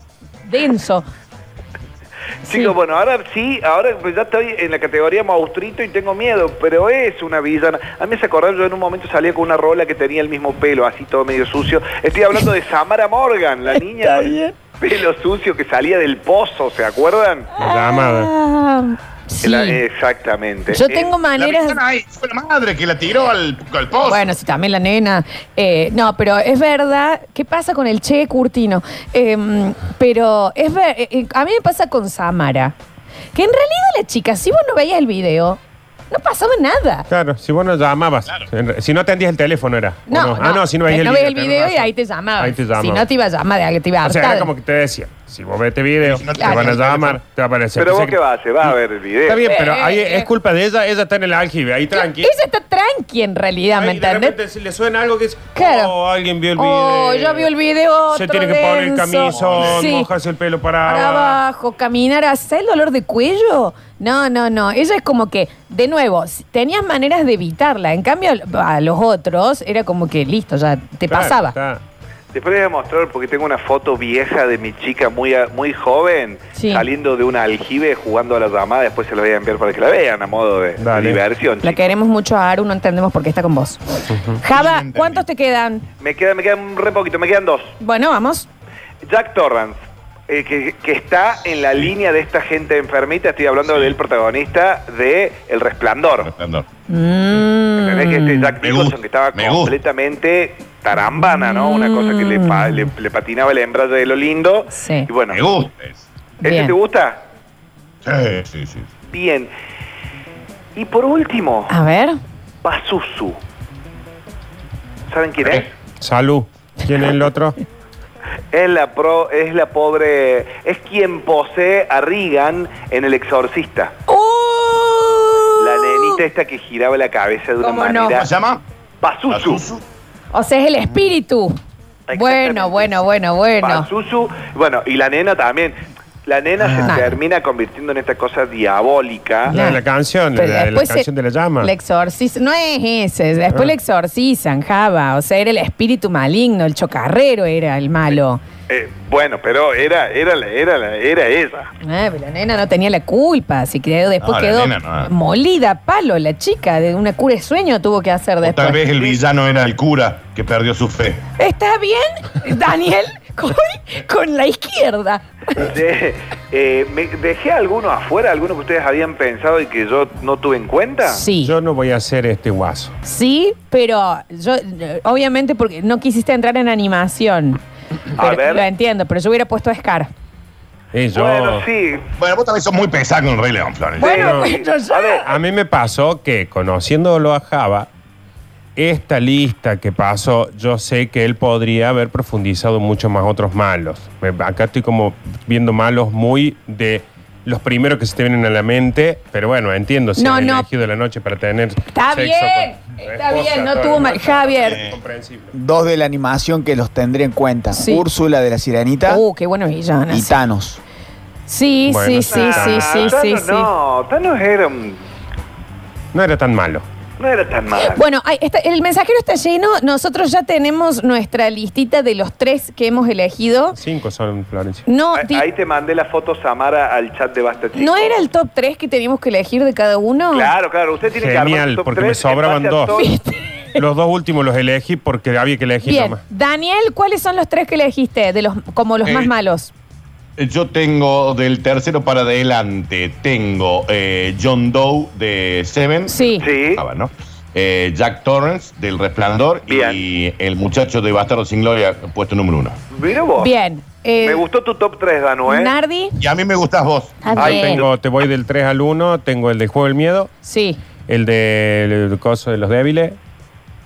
Speaker 1: denso? Sí.
Speaker 6: Chicos, bueno, ahora sí, ahora pues ya estoy en la categoría maustrito y tengo miedo, pero es una villana. A mí se acordaba, yo en un momento salía con una rola que tenía el mismo pelo, así todo medio sucio. Estoy
Speaker 1: [LAUGHS]
Speaker 6: hablando de Samara Morgan, la niña
Speaker 1: Está
Speaker 6: con el
Speaker 1: bien.
Speaker 6: pelo sucio que salía del pozo, ¿se acuerdan?
Speaker 5: La llamada.
Speaker 1: Ah, sí.
Speaker 6: La- exactamente.
Speaker 1: Yo
Speaker 6: Eh,
Speaker 1: tengo
Speaker 8: La
Speaker 1: maneras...
Speaker 8: villana ahí fue la madre que la tiró al, al pozo.
Speaker 1: Bueno, sí, también la nena. Eh, no, pero es verdad. ¿Qué pasa con el Che Curtino? Em, pero es ver, eh, eh, a mí me pasa con Samara. Que en realidad la chica, si vos no veías el video, no pasaba nada.
Speaker 5: Claro, si vos no llamabas. En re- Si no atendías el teléfono era. ¿o
Speaker 1: No,
Speaker 5: Ah, no, si no veías el video. tenés
Speaker 1: video y
Speaker 5: razón.
Speaker 1: ahí te llamaba.
Speaker 5: Ahí te llamaba.
Speaker 1: Si no te iba a llamar, de- te iba a
Speaker 5: O sea,
Speaker 1: hartar.
Speaker 5: era como que te decía, si vos ves este video,
Speaker 8: Si no te
Speaker 5: te van a
Speaker 8: llaman,
Speaker 5: llamar, te va a aparecer.
Speaker 6: Pero vos
Speaker 5: Entonces,
Speaker 6: qué vas a hacer, vas a ver el video.
Speaker 5: Está bien, pero
Speaker 1: Eh,
Speaker 5: ahí
Speaker 1: eh.
Speaker 5: es culpa de ella, ella está en el aljibe, ahí tranqui.
Speaker 1: Ella está tranqui en realidad, ¿me
Speaker 5: Ahí de
Speaker 1: entendés?
Speaker 5: repente si le suena algo que es,
Speaker 1: Claro.
Speaker 5: oh, alguien vio el video.
Speaker 1: Oh, yo vi el video.
Speaker 5: Se
Speaker 1: otro
Speaker 5: tiene que poner el
Speaker 1: denso.
Speaker 5: camisón,
Speaker 1: Sí.
Speaker 5: mojarse el pelo para,
Speaker 1: para abajo, caminar, hacer el dolor de cuello. No, no, no. Ella es como que, de nuevo, si- tenías maneras de evitarla. En cambio, a los otros era como que listo, ya te
Speaker 5: Claro,
Speaker 1: pasaba.
Speaker 5: está.
Speaker 6: Después les voy a mostrar porque tengo una foto vieja de mi chica muy, a- muy joven
Speaker 1: Sí.
Speaker 6: saliendo de un aljibe jugando a la llamada. Después se la voy a enviar para que la vean a modo de, de
Speaker 5: Dale.
Speaker 6: diversión.
Speaker 1: La
Speaker 6: chicos.
Speaker 1: queremos mucho a Aru, no entendemos por qué está con vos. Java, ¿cuántos te quedan?
Speaker 6: Me quedan, me quedan re poquito, me quedan dos.
Speaker 1: Bueno, vamos.
Speaker 6: Jack Torrance, eh, que, que está en la línea de esta gente enfermita. Estoy hablando del protagonista de El Resplandor.
Speaker 8: Resplandor.
Speaker 6: ¿Entendés que
Speaker 1: Mm,
Speaker 6: este Jack
Speaker 8: Mm. Me
Speaker 6: Nicholson
Speaker 8: gusta,
Speaker 6: que estaba
Speaker 8: me
Speaker 6: completamente tarambana, ¿no? Una cosa que le, pa- le- le patinaba el embrague de lo lindo.
Speaker 1: Sí.
Speaker 6: Y bueno,
Speaker 8: Mm. Me gusta. eso.
Speaker 6: ¿este
Speaker 1: Bien.
Speaker 6: te gusta?
Speaker 8: Sí, sí, sí.
Speaker 6: Bien. Y por último,
Speaker 8: Ah.
Speaker 1: A ver.
Speaker 6: Pazuzu. ¿Saben quién es?
Speaker 5: Salud. ¿Quién es
Speaker 1: [LAUGHS]
Speaker 5: el otro?
Speaker 6: Es la, pro, es la pobre. Es quien posee a Regan en El Exorcista.
Speaker 1: ¡Uh!
Speaker 6: La nenita esta que giraba la cabeza de una
Speaker 1: ¿Cómo no?
Speaker 6: manera.
Speaker 8: ¿Cómo se llama?
Speaker 6: Pazuzu.
Speaker 1: Uh, O sea, es el espíritu. Bueno, bueno, bueno, bueno.
Speaker 6: Pazuzu. Bueno, y la nena también. La nena
Speaker 1: Ah.
Speaker 6: se termina convirtiendo en esta cosa diabólica.
Speaker 5: La de la canción, la,
Speaker 1: Pero
Speaker 5: de la
Speaker 1: Pues, después se-
Speaker 5: canción de la llama. Ah.
Speaker 1: La exorciza. No es ese. Después le exorcizan, Java. O sea, era el espíritu maligno. El chocarrero era el malo.
Speaker 6: Eh, bueno, pero era, era, la- era, la- era ella.
Speaker 1: Ah, pero la nena no tenía la culpa. Así que después
Speaker 8: No, la
Speaker 1: quedó
Speaker 8: nena no.
Speaker 1: molida a palo la chica. De una cura de sueño tuvo que hacer
Speaker 8: O
Speaker 1: después.
Speaker 8: tal vez el villano era el cura que perdió su fe.
Speaker 1: ¿Está bien,
Speaker 5: [LAUGHS]
Speaker 1: Daniel? Con, con la izquierda.
Speaker 6: De- eh, me- ¿Dejé alguno afuera, alguno que ustedes habían pensado y que yo no tuve en cuenta?
Speaker 1: Sí.
Speaker 5: Ah, Yo no voy a hacer este guaso.
Speaker 1: Sí, pero yo, eh, obviamente, porque no quisiste entrar en animación.
Speaker 6: A
Speaker 1: Pero-
Speaker 6: ver.
Speaker 1: Lo entiendo, pero yo hubiera puesto a Scar.
Speaker 5: Y yo,
Speaker 6: Bueno, sí.
Speaker 8: Bueno, vos también sos muy pesado con el Rey León, Flores.
Speaker 1: Bueno,
Speaker 5: Sí,
Speaker 1: bueno, ya.
Speaker 6: A ver,
Speaker 5: A mí me pasó que, conociéndolo a Java, esta lista que pasó, yo sé que él podría haber profundizado mucho más otros malos. Me- Acá estoy como viendo malos muy de los primeros que se te vienen a la mente, pero bueno, entiendo, si
Speaker 1: No,
Speaker 5: han
Speaker 1: no.
Speaker 5: elegido de la noche para tener
Speaker 1: Está
Speaker 5: sexo
Speaker 1: bien,
Speaker 5: con la
Speaker 1: está
Speaker 5: esposa,
Speaker 1: bien, no
Speaker 5: todo
Speaker 1: tuvo
Speaker 5: el
Speaker 1: mal.
Speaker 5: rato.
Speaker 1: Javier.
Speaker 5: Comprensible.
Speaker 7: Dos de la animación que los tendría en cuenta.
Speaker 1: Sí.
Speaker 7: Úrsula de la Sirenita
Speaker 1: Uh, qué bueno villana.
Speaker 7: y
Speaker 1: Sí,
Speaker 7: Thanos.
Speaker 1: sí,
Speaker 5: Bueno,
Speaker 1: sí,
Speaker 5: sí,
Speaker 1: sí,
Speaker 5: está.
Speaker 1: sí, sí,
Speaker 6: Thanos
Speaker 1: sí, sí.
Speaker 6: Ah, No, Thanos era un-
Speaker 5: No era tan malo.
Speaker 6: no era tan mal.
Speaker 1: Bueno, ahí está- el mensajero está lleno. Nosotros ya tenemos nuestra listita de los tres que hemos elegido.
Speaker 5: Cinco son
Speaker 1: [LAUGHS]
Speaker 5: Florencia.
Speaker 1: No,
Speaker 6: Ahí-
Speaker 1: di-
Speaker 6: Ahí te mandé la foto Samara al chat de Basta Chicos.
Speaker 1: ¿no era el top tres que teníamos que elegir de cada uno.
Speaker 6: Claro, claro, usted tiene que
Speaker 5: Genial,
Speaker 6: armar su top
Speaker 5: porque me
Speaker 6: tres en
Speaker 5: sobraban
Speaker 6: base a
Speaker 5: dos.
Speaker 1: [LAUGHS]
Speaker 6: todo-
Speaker 5: Los dos últimos los elegí porque había que elegir
Speaker 1: Este, Bien,
Speaker 5: nomás.
Speaker 1: Daniel, ¿cuáles son los tres que elegiste de los como los
Speaker 8: Eh,
Speaker 1: más malos?
Speaker 8: Yo tengo del tercero para adelante, tengo eh, John Doe de Seven.
Speaker 1: Sí.
Speaker 6: Sí.
Speaker 8: Ah, bueno. Eh, Jack Torrance del Resplandor y
Speaker 6: Bien.
Speaker 8: el muchacho de Bastardo sin Gloria, puesto número uno.
Speaker 6: Mira vos.
Speaker 1: Bien. eh,
Speaker 6: Me gustó tu top 3, Danu, ¿eh?
Speaker 1: Nardi.
Speaker 8: Y a mí me gustas vos.
Speaker 1: Ah,
Speaker 5: Ahí
Speaker 1: bien.
Speaker 5: tengo, te voy del 3 al 1, tengo el de Juego del Miedo,
Speaker 1: Sí.
Speaker 5: el del coso de los débiles,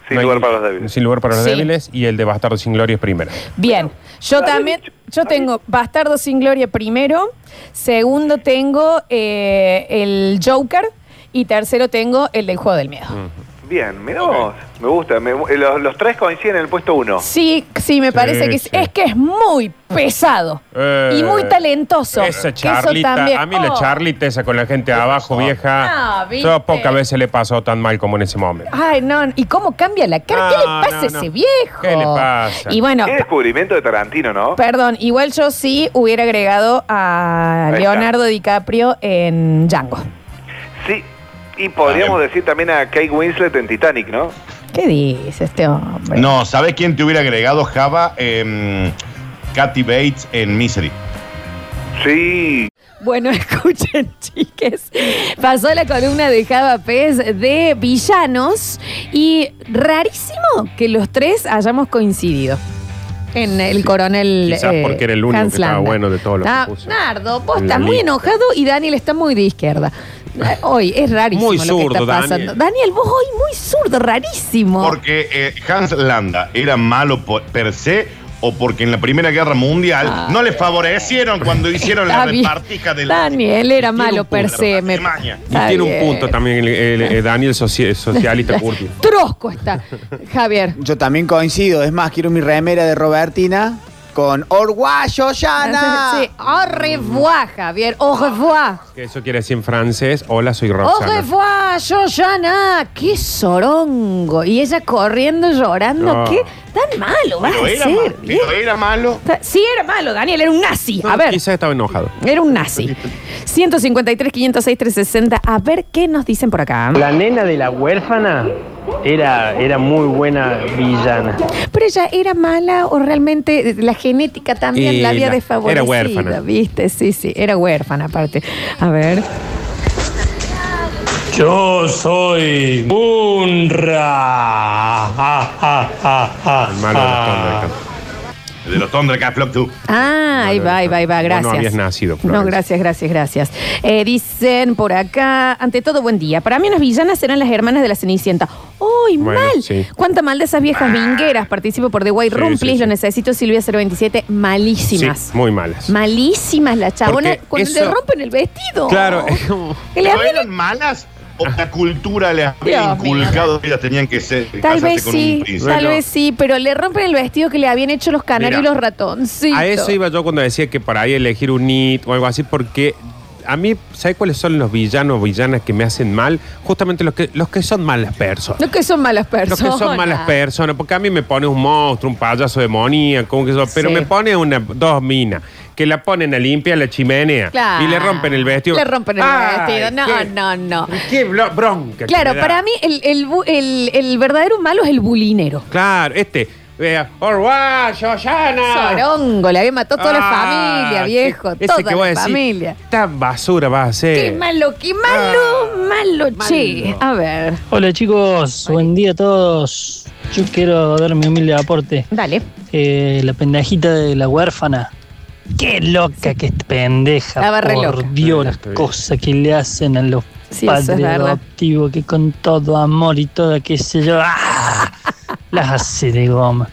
Speaker 6: Sin
Speaker 5: No hay-
Speaker 6: lugar para los débiles.
Speaker 5: Sin lugar para los
Speaker 1: Sí.
Speaker 5: débiles y el de Bastardo sin Gloria es primero.
Speaker 1: Bien, yo
Speaker 6: había
Speaker 1: también,
Speaker 6: dicho,
Speaker 1: yo
Speaker 6: había
Speaker 1: tengo Bastardo sin Gloria primero, segundo tengo eh, el Joker y tercero tengo el del Juego del Miedo.
Speaker 5: Mm.
Speaker 6: Bien, mirá vos. Me gusta. me- eh, los, los tres coinciden en el puesto uno.
Speaker 1: Sí, sí, me
Speaker 5: Sí,
Speaker 1: parece que es,
Speaker 5: sí.
Speaker 1: es que es muy pesado
Speaker 5: Eh,
Speaker 1: y muy talentoso. Que
Speaker 5: Esa
Speaker 1: eso
Speaker 5: charlita,
Speaker 1: también-
Speaker 5: a mí
Speaker 1: Oh,
Speaker 5: la charlita esa con la gente abajo, vieja.
Speaker 1: Ah, ¿viste?
Speaker 5: yo pocas veces le pasó tan mal como en ese momento.
Speaker 1: Oh, Ay, no, ¿y cómo cambia la cara? ¿Qué le
Speaker 5: No,
Speaker 1: pasa a
Speaker 5: no,
Speaker 1: ese
Speaker 5: no.
Speaker 1: viejo?
Speaker 5: ¿Qué le pasa?
Speaker 1: Y bueno,
Speaker 6: Qué descubrimiento de Tarantino, ¿no?
Speaker 1: perdón, igual yo sí hubiera agregado a
Speaker 6: Ahí está.
Speaker 1: Leonardo DiCaprio en Django.
Speaker 6: Sí. Y
Speaker 5: Ah,
Speaker 6: podríamos decir también a Kate Winslet en Titanic, ¿no?
Speaker 1: ¿Qué dice este hombre?
Speaker 8: No, ¿sabes quién te hubiera agregado Java? Em, Kathy Bates en Misery.
Speaker 6: Sí.
Speaker 1: Bueno, [LAUGHS] escuchen, chiques. Pasó la columna de Java Pez de villanos y rarísimo que los tres hayamos coincidido. En el coronel. eh,
Speaker 5: Quizás porque era el único
Speaker 1: Hans
Speaker 5: que estaba
Speaker 1: Landa.
Speaker 5: bueno de todos los que
Speaker 1: Ah,
Speaker 5: puso.
Speaker 1: Nardo, vos
Speaker 5: En
Speaker 1: estás
Speaker 5: la
Speaker 1: muy
Speaker 5: lista.
Speaker 1: enojado y Daniel está muy de izquierda. Eh, Hoy es rarísimo
Speaker 5: Muy
Speaker 1: lo que está
Speaker 5: zurdo,
Speaker 1: pasando. Daniel.
Speaker 5: Daniel.
Speaker 1: vos hoy muy zurdo, rarísimo.
Speaker 8: Porque eh, Hans Landa era malo po- per se o porque en la Primera Guerra Mundial no le favorecieron
Speaker 1: [LAUGHS]
Speaker 8: cuando hicieron la
Speaker 1: Ah. Está bien.
Speaker 8: repartija del...
Speaker 1: Daniel era
Speaker 8: Tiene
Speaker 1: malo
Speaker 8: un punto,
Speaker 1: per se.
Speaker 8: la
Speaker 1: me-
Speaker 8: Alemania.
Speaker 5: Y
Speaker 1: Está
Speaker 5: tiene
Speaker 1: bien.
Speaker 5: un punto también el, el- el Daniel soci- socialista Curti.
Speaker 1: Trosco está, Javier.
Speaker 7: Yo también coincido, es más, quiero mi remera de Robertina con Orguayo Yana.
Speaker 1: Sí, au revoir, Javier. Au revoir.
Speaker 5: Que Eso quiere decir en francés, hola, soy
Speaker 1: Au
Speaker 5: Roxana.
Speaker 1: revoir, Shoshana. Qué sorongo. Y ella corriendo, llorando.
Speaker 5: No.
Speaker 1: Qué tan malo vas
Speaker 8: Pero
Speaker 1: a
Speaker 8: era,
Speaker 1: ser.
Speaker 8: ma- pero era malo.
Speaker 1: Está- Sí, era malo, Daniel. Era un nazi.
Speaker 5: No,
Speaker 1: A ver.
Speaker 5: Quizás estaba enojado.
Speaker 1: Era un nazi. 153, 506, 360. A ver qué nos dicen por acá.
Speaker 9: La nena de la huérfana era, era muy buena villana.
Speaker 1: Pero ella era mala o realmente la genética también
Speaker 5: Y
Speaker 1: la había
Speaker 5: la-
Speaker 1: desfavorecido.
Speaker 5: era huérfana.
Speaker 1: ¿Viste? Sí, sí. Era huérfana, aparte. A ver.
Speaker 10: Yo soy un ra. Ja, ja, ja, ja,
Speaker 5: El malo de los
Speaker 10: ja.
Speaker 5: Thundercats.
Speaker 8: De los Thundercats Flock 2.
Speaker 1: Ah, ahí va, ahí va, ahí va,
Speaker 5: Vos no
Speaker 1: gracias.
Speaker 5: habías nacido,
Speaker 1: No,
Speaker 5: Florencia.
Speaker 1: gracias, gracias, gracias. Eh, dicen por acá, ante todo, buen día. Para mí las villanas eran las hermanas de la Cenicienta. ¡Uy,
Speaker 5: Bueno,
Speaker 1: mal!
Speaker 5: sí. Ah.
Speaker 1: ¿Cuánta mal de esas viejas vingueras? Participo por The White
Speaker 5: Sí,
Speaker 1: Room,
Speaker 5: sí,
Speaker 1: please,
Speaker 5: sí.
Speaker 1: lo necesito, Silvia 027.
Speaker 5: Sí,
Speaker 1: Malísimas.
Speaker 5: muy malas.
Speaker 1: Malísimas las chabonas
Speaker 5: Porque
Speaker 1: cuando
Speaker 5: eso-
Speaker 1: le rompen el vestido.
Speaker 5: Claro, es como-
Speaker 1: Que le
Speaker 8: ¿Pero
Speaker 1: abren-
Speaker 8: eran malas? ¿O la cultura les
Speaker 1: Dios
Speaker 8: había
Speaker 1: mío.
Speaker 8: inculcado que ellas tenían que ser
Speaker 1: Tal
Speaker 8: casarse
Speaker 1: vez
Speaker 8: con
Speaker 1: sí,
Speaker 8: un príncipe?
Speaker 1: tal
Speaker 5: Bueno.
Speaker 1: vez sí, pero le rompen el vestido que le habían hecho los canarios
Speaker 5: Mira,
Speaker 1: y los ratoncitos.
Speaker 5: A eso iba yo cuando decía que para ahí elegir un NIT o algo así, porque a mí, ¿sabes cuáles son los villanos o villanas que me hacen mal? Justamente los que, los que son malas personas.
Speaker 1: No que son malas personas.
Speaker 5: Los que son malas personas, porque a mí me pone un monstruo, un payaso demoníaco, un que eso, pero
Speaker 1: Sí.
Speaker 5: me pone una, dos minas que la ponen a limpiar la chimenea
Speaker 1: Claro.
Speaker 5: y le rompen el vestido.
Speaker 1: Le rompen el
Speaker 5: Ay,
Speaker 1: vestido. No,
Speaker 5: qué-
Speaker 1: no, no.
Speaker 5: Qué blo- bronca. que
Speaker 1: Claro,
Speaker 5: me da.
Speaker 1: para mí el, el bu- el- el verdadero malo es el bulinero.
Speaker 5: Claro, este. Vea, Orguayo, Yana.
Speaker 1: Sorongo, le había matado a toda la
Speaker 5: Ah,
Speaker 1: familia, viejo.
Speaker 5: ese
Speaker 1: Toda
Speaker 5: que vos
Speaker 1: la
Speaker 5: decís,
Speaker 1: familia.
Speaker 5: Tan basura vas a ser.
Speaker 1: Qué malo, qué malo,
Speaker 5: Ah.
Speaker 1: malo, che. A ver,
Speaker 9: Hola chicos, buen día a todos. Yo quiero dar mi humilde aporte.
Speaker 1: dale.
Speaker 9: Eh, la pendejita de la huérfana. Qué loca que es pendeja.
Speaker 1: Estaba re
Speaker 9: por
Speaker 1: loca.
Speaker 9: Dios, las cosas que le hacen a los
Speaker 1: Sí, eso es
Speaker 9: padres
Speaker 1: verdad.
Speaker 9: adoptivos que con todo amor y todo qué sé yo. ¡ah! Las hace de goma.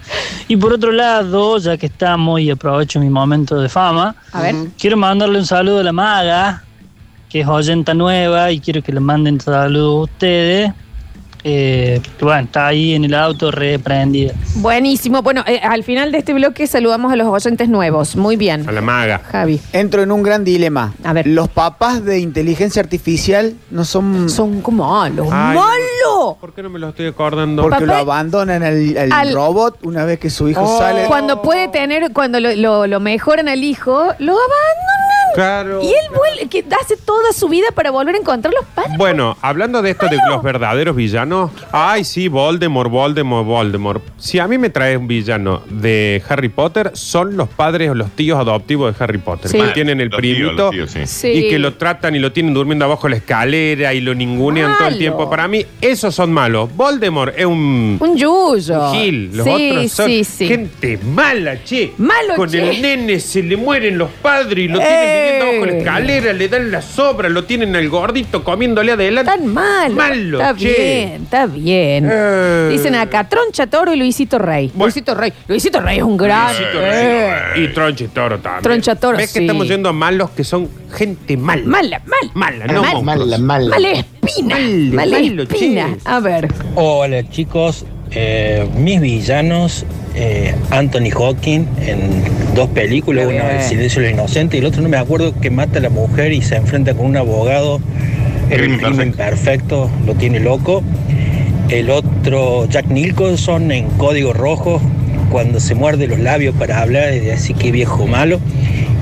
Speaker 9: Y por otro lado, ya que estamos y aprovecho mi momento de fama,
Speaker 1: A ver.
Speaker 9: Quiero mandarle un saludo a la maga, que es oyenta nueva, y quiero que le manden saludo a ustedes. Eh, bueno, está ahí en el auto reprendida.
Speaker 1: Buenísimo. Bueno, eh, al final de este bloque saludamos a los oyentes nuevos. Muy bien.
Speaker 5: A la maga.
Speaker 1: Javi.
Speaker 7: Entro en un gran dilema.
Speaker 1: A ver.
Speaker 7: Los papás de inteligencia artificial no son,
Speaker 1: Son como malos.
Speaker 5: Mm. Ay,
Speaker 1: ¡Malo!
Speaker 5: ¿Por qué no me lo estoy acordando?
Speaker 7: porque
Speaker 1: papá-
Speaker 7: lo abandonan al, al
Speaker 1: al- Oh.
Speaker 7: robot una vez que su hijo sale.
Speaker 1: Cuando puede tener, cuando lo, lo- lo mejoran al hijo, lo abandonan.
Speaker 5: Claro.
Speaker 1: Y él vuelve, que hace toda su vida para volver a encontrar los padres.
Speaker 5: Bueno, hablando de esto de los verdaderos villanos, ay sí, Voldemort, Voldemort, Voldemort. Si a mí me traes un villano de Harry Potter, son los padres o los tíos adoptivos de Harry Potter.
Speaker 1: Sí.
Speaker 5: Que tienen el
Speaker 8: Los tíos,
Speaker 5: primito
Speaker 8: los tíos, sí.
Speaker 1: Sí.
Speaker 5: y que lo tratan y lo tienen durmiendo abajo la escalera y lo ningunean todo
Speaker 1: Malo.
Speaker 5: el tiempo. Para mí, esos son malos. Voldemort es un...
Speaker 1: Un yuyo.
Speaker 5: un Gil, los
Speaker 1: sí,
Speaker 5: otros son
Speaker 1: sí, sí.
Speaker 5: gente mala, che.
Speaker 1: Malo,
Speaker 5: Con
Speaker 1: che.
Speaker 5: el nene se le mueren los padres y lo
Speaker 1: Eh,
Speaker 5: tienen que estamos con escalera, le dan la sobra, lo tienen al gordito comiéndole adelante.
Speaker 1: Tan malo.
Speaker 5: Malo,
Speaker 1: está
Speaker 5: che.
Speaker 1: bien, está bien.
Speaker 5: Eh.
Speaker 1: Dicen acá, Troncha Toro y Luisito Rey.
Speaker 5: Bueno.
Speaker 1: Luisito Rey. Luisito Rey es un gran.
Speaker 5: Luisito
Speaker 1: eh.
Speaker 5: Rey. Y Troncha y Toro también.
Speaker 1: Troncha y Toro,
Speaker 5: ¿Ves que
Speaker 1: sí.
Speaker 5: estamos yendo a malos que son gente mala?
Speaker 1: Mala, mal.
Speaker 5: Mala, no
Speaker 1: mal.
Speaker 5: monstruos.
Speaker 7: Mala, mala.
Speaker 1: Mala espina.
Speaker 5: Malo,
Speaker 1: Mala
Speaker 5: malo,
Speaker 1: espina.
Speaker 5: che.
Speaker 1: A ver.
Speaker 11: Hola chicos, Eh, mis villanos, eh, Anthony Hawking en dos películas,
Speaker 1: Muy
Speaker 11: uno
Speaker 1: bien.
Speaker 11: El silencio de los inocentes y el otro no me acuerdo que mata a la mujer y se enfrenta con un abogado, el
Speaker 8: Crimen
Speaker 11: crimen perfecto, lo tiene loco. El otro, Jack Nicholson en Código Rojo, cuando se muerde los labios para hablar, y dice, así que viejo malo.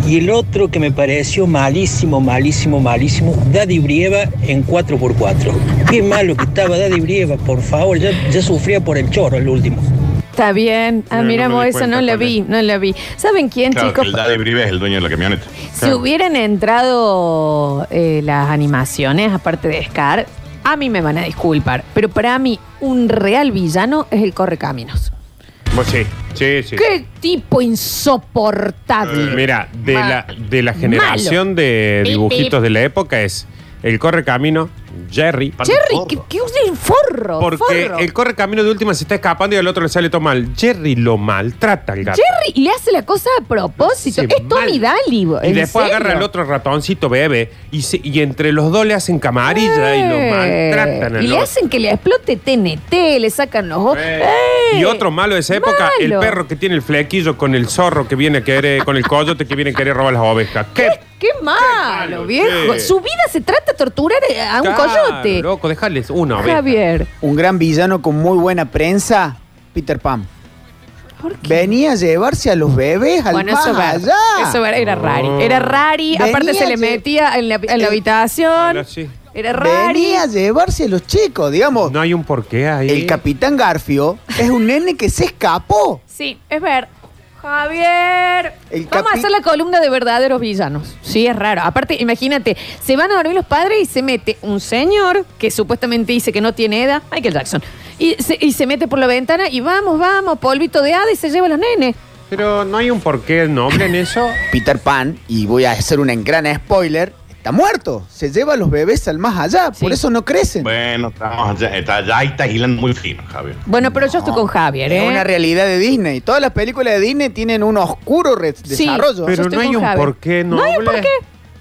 Speaker 11: Y el otro que me pareció malísimo, malísimo, malísimo, Daddy Brieva en 4x4. Qué malo que estaba Daddy Brieva, por favor, ya, ya sufría por el choro el último.
Speaker 1: Está bien. Ah,
Speaker 5: No, no
Speaker 1: mira,
Speaker 5: me di
Speaker 1: eso
Speaker 5: cuenta
Speaker 1: no la
Speaker 5: cuál
Speaker 1: vi, no la vi. ¿Saben quién,
Speaker 8: Claro, que
Speaker 1: chicos?
Speaker 8: el Daddy Brive es el dueño de la camioneta.
Speaker 1: Si hubieran entrado eh, las animaciones, aparte de Scar, a mí me van a disculpar, pero para mí un real villano es el Correcaminos.
Speaker 5: Vos sí, sí, sí.
Speaker 1: ¡Qué tipo insoportable!
Speaker 5: Mira, de
Speaker 1: Ma-
Speaker 5: la, de la generación de
Speaker 1: Pip, pip.
Speaker 5: dibujitos de la época es el corre camino, Jerry.
Speaker 1: Jerry, que, que use el forro.
Speaker 5: Porque
Speaker 1: forro.
Speaker 5: el corre camino de última se está escapando y al otro le sale todo mal. Jerry lo maltrata al gato.
Speaker 1: Jerry le hace la cosa a propósito.
Speaker 5: Sí,
Speaker 1: es Tommy
Speaker 5: mal.
Speaker 1: Daly. bo-
Speaker 5: Y
Speaker 1: ¿en
Speaker 5: después
Speaker 1: serio?
Speaker 5: agarra al otro ratoncito bebé y, se- y entre los dos le hacen camarilla y lo
Speaker 1: Eh,
Speaker 5: maltratan. al
Speaker 1: Y le
Speaker 5: otro.
Speaker 1: hacen que le explote TNT, le sacan los ojos. Eh,
Speaker 5: Y otro malo de esa época, el
Speaker 1: malo.
Speaker 5: perro que tiene el flequillo con el zorro que viene a querer, con el coyote que viene a querer robar las ovejas. ¿Qué?
Speaker 1: ¡Qué malo,
Speaker 5: malo,
Speaker 1: viejo!
Speaker 5: che.
Speaker 1: Su vida se trata de torturar eh, a un
Speaker 5: Claro,
Speaker 1: coyote.
Speaker 5: Loco, déjales una oveja.
Speaker 1: Javier,
Speaker 7: Un gran villano con muy buena prensa, Peter Pan.
Speaker 1: ¿por qué?
Speaker 7: Venía a llevarse a los bebés al
Speaker 1: Bueno,
Speaker 7: más
Speaker 1: eso es verdad.
Speaker 7: allá.
Speaker 1: Eso era, era rari.
Speaker 5: Ah.
Speaker 1: Era rari.
Speaker 7: Venía,
Speaker 1: aparte se le
Speaker 7: che.
Speaker 1: metía en la, en la
Speaker 7: Eh,
Speaker 1: habitación.
Speaker 5: Ahora sí.
Speaker 1: Era rari.
Speaker 7: Venía a llevarse a los chicos, digamos.
Speaker 5: No hay un porqué ahí.
Speaker 7: El capitán Garfio es un nene que se escapó.
Speaker 1: Sí, es ver. Javier.
Speaker 7: El
Speaker 1: Vamos a
Speaker 7: capi-
Speaker 1: hacer la columna de verdaderos villanos. Sí, es raro. Aparte, imagínate, se van a dormir los padres y se mete un señor que supuestamente dice que no tiene edad, Michael Jackson. Y se, y se mete por la ventana y vamos, vamos, polvito de hada y se lleva a los nenes.
Speaker 5: Pero no hay un porqué el nombre en eso.
Speaker 7: Peter Pan, y voy a hacer un gran spoiler, está muerto. Se lleva a los bebés al más allá,
Speaker 1: Sí.
Speaker 7: por eso no
Speaker 1: eh.
Speaker 7: crecen.
Speaker 8: Bueno, estamos allá. Está, ya ahí estás hilando muy fino, Javier.
Speaker 1: Bueno, pero yo estoy con Javier, ¿eh?
Speaker 7: Es una realidad de Disney. Todas las películas de Disney tienen un oscuro re- desarrollo.
Speaker 5: Pero
Speaker 1: estoy
Speaker 5: no hay
Speaker 1: con
Speaker 5: un
Speaker 1: Javi.
Speaker 5: porqué
Speaker 1: No hay un
Speaker 5: noble.
Speaker 1: porqué.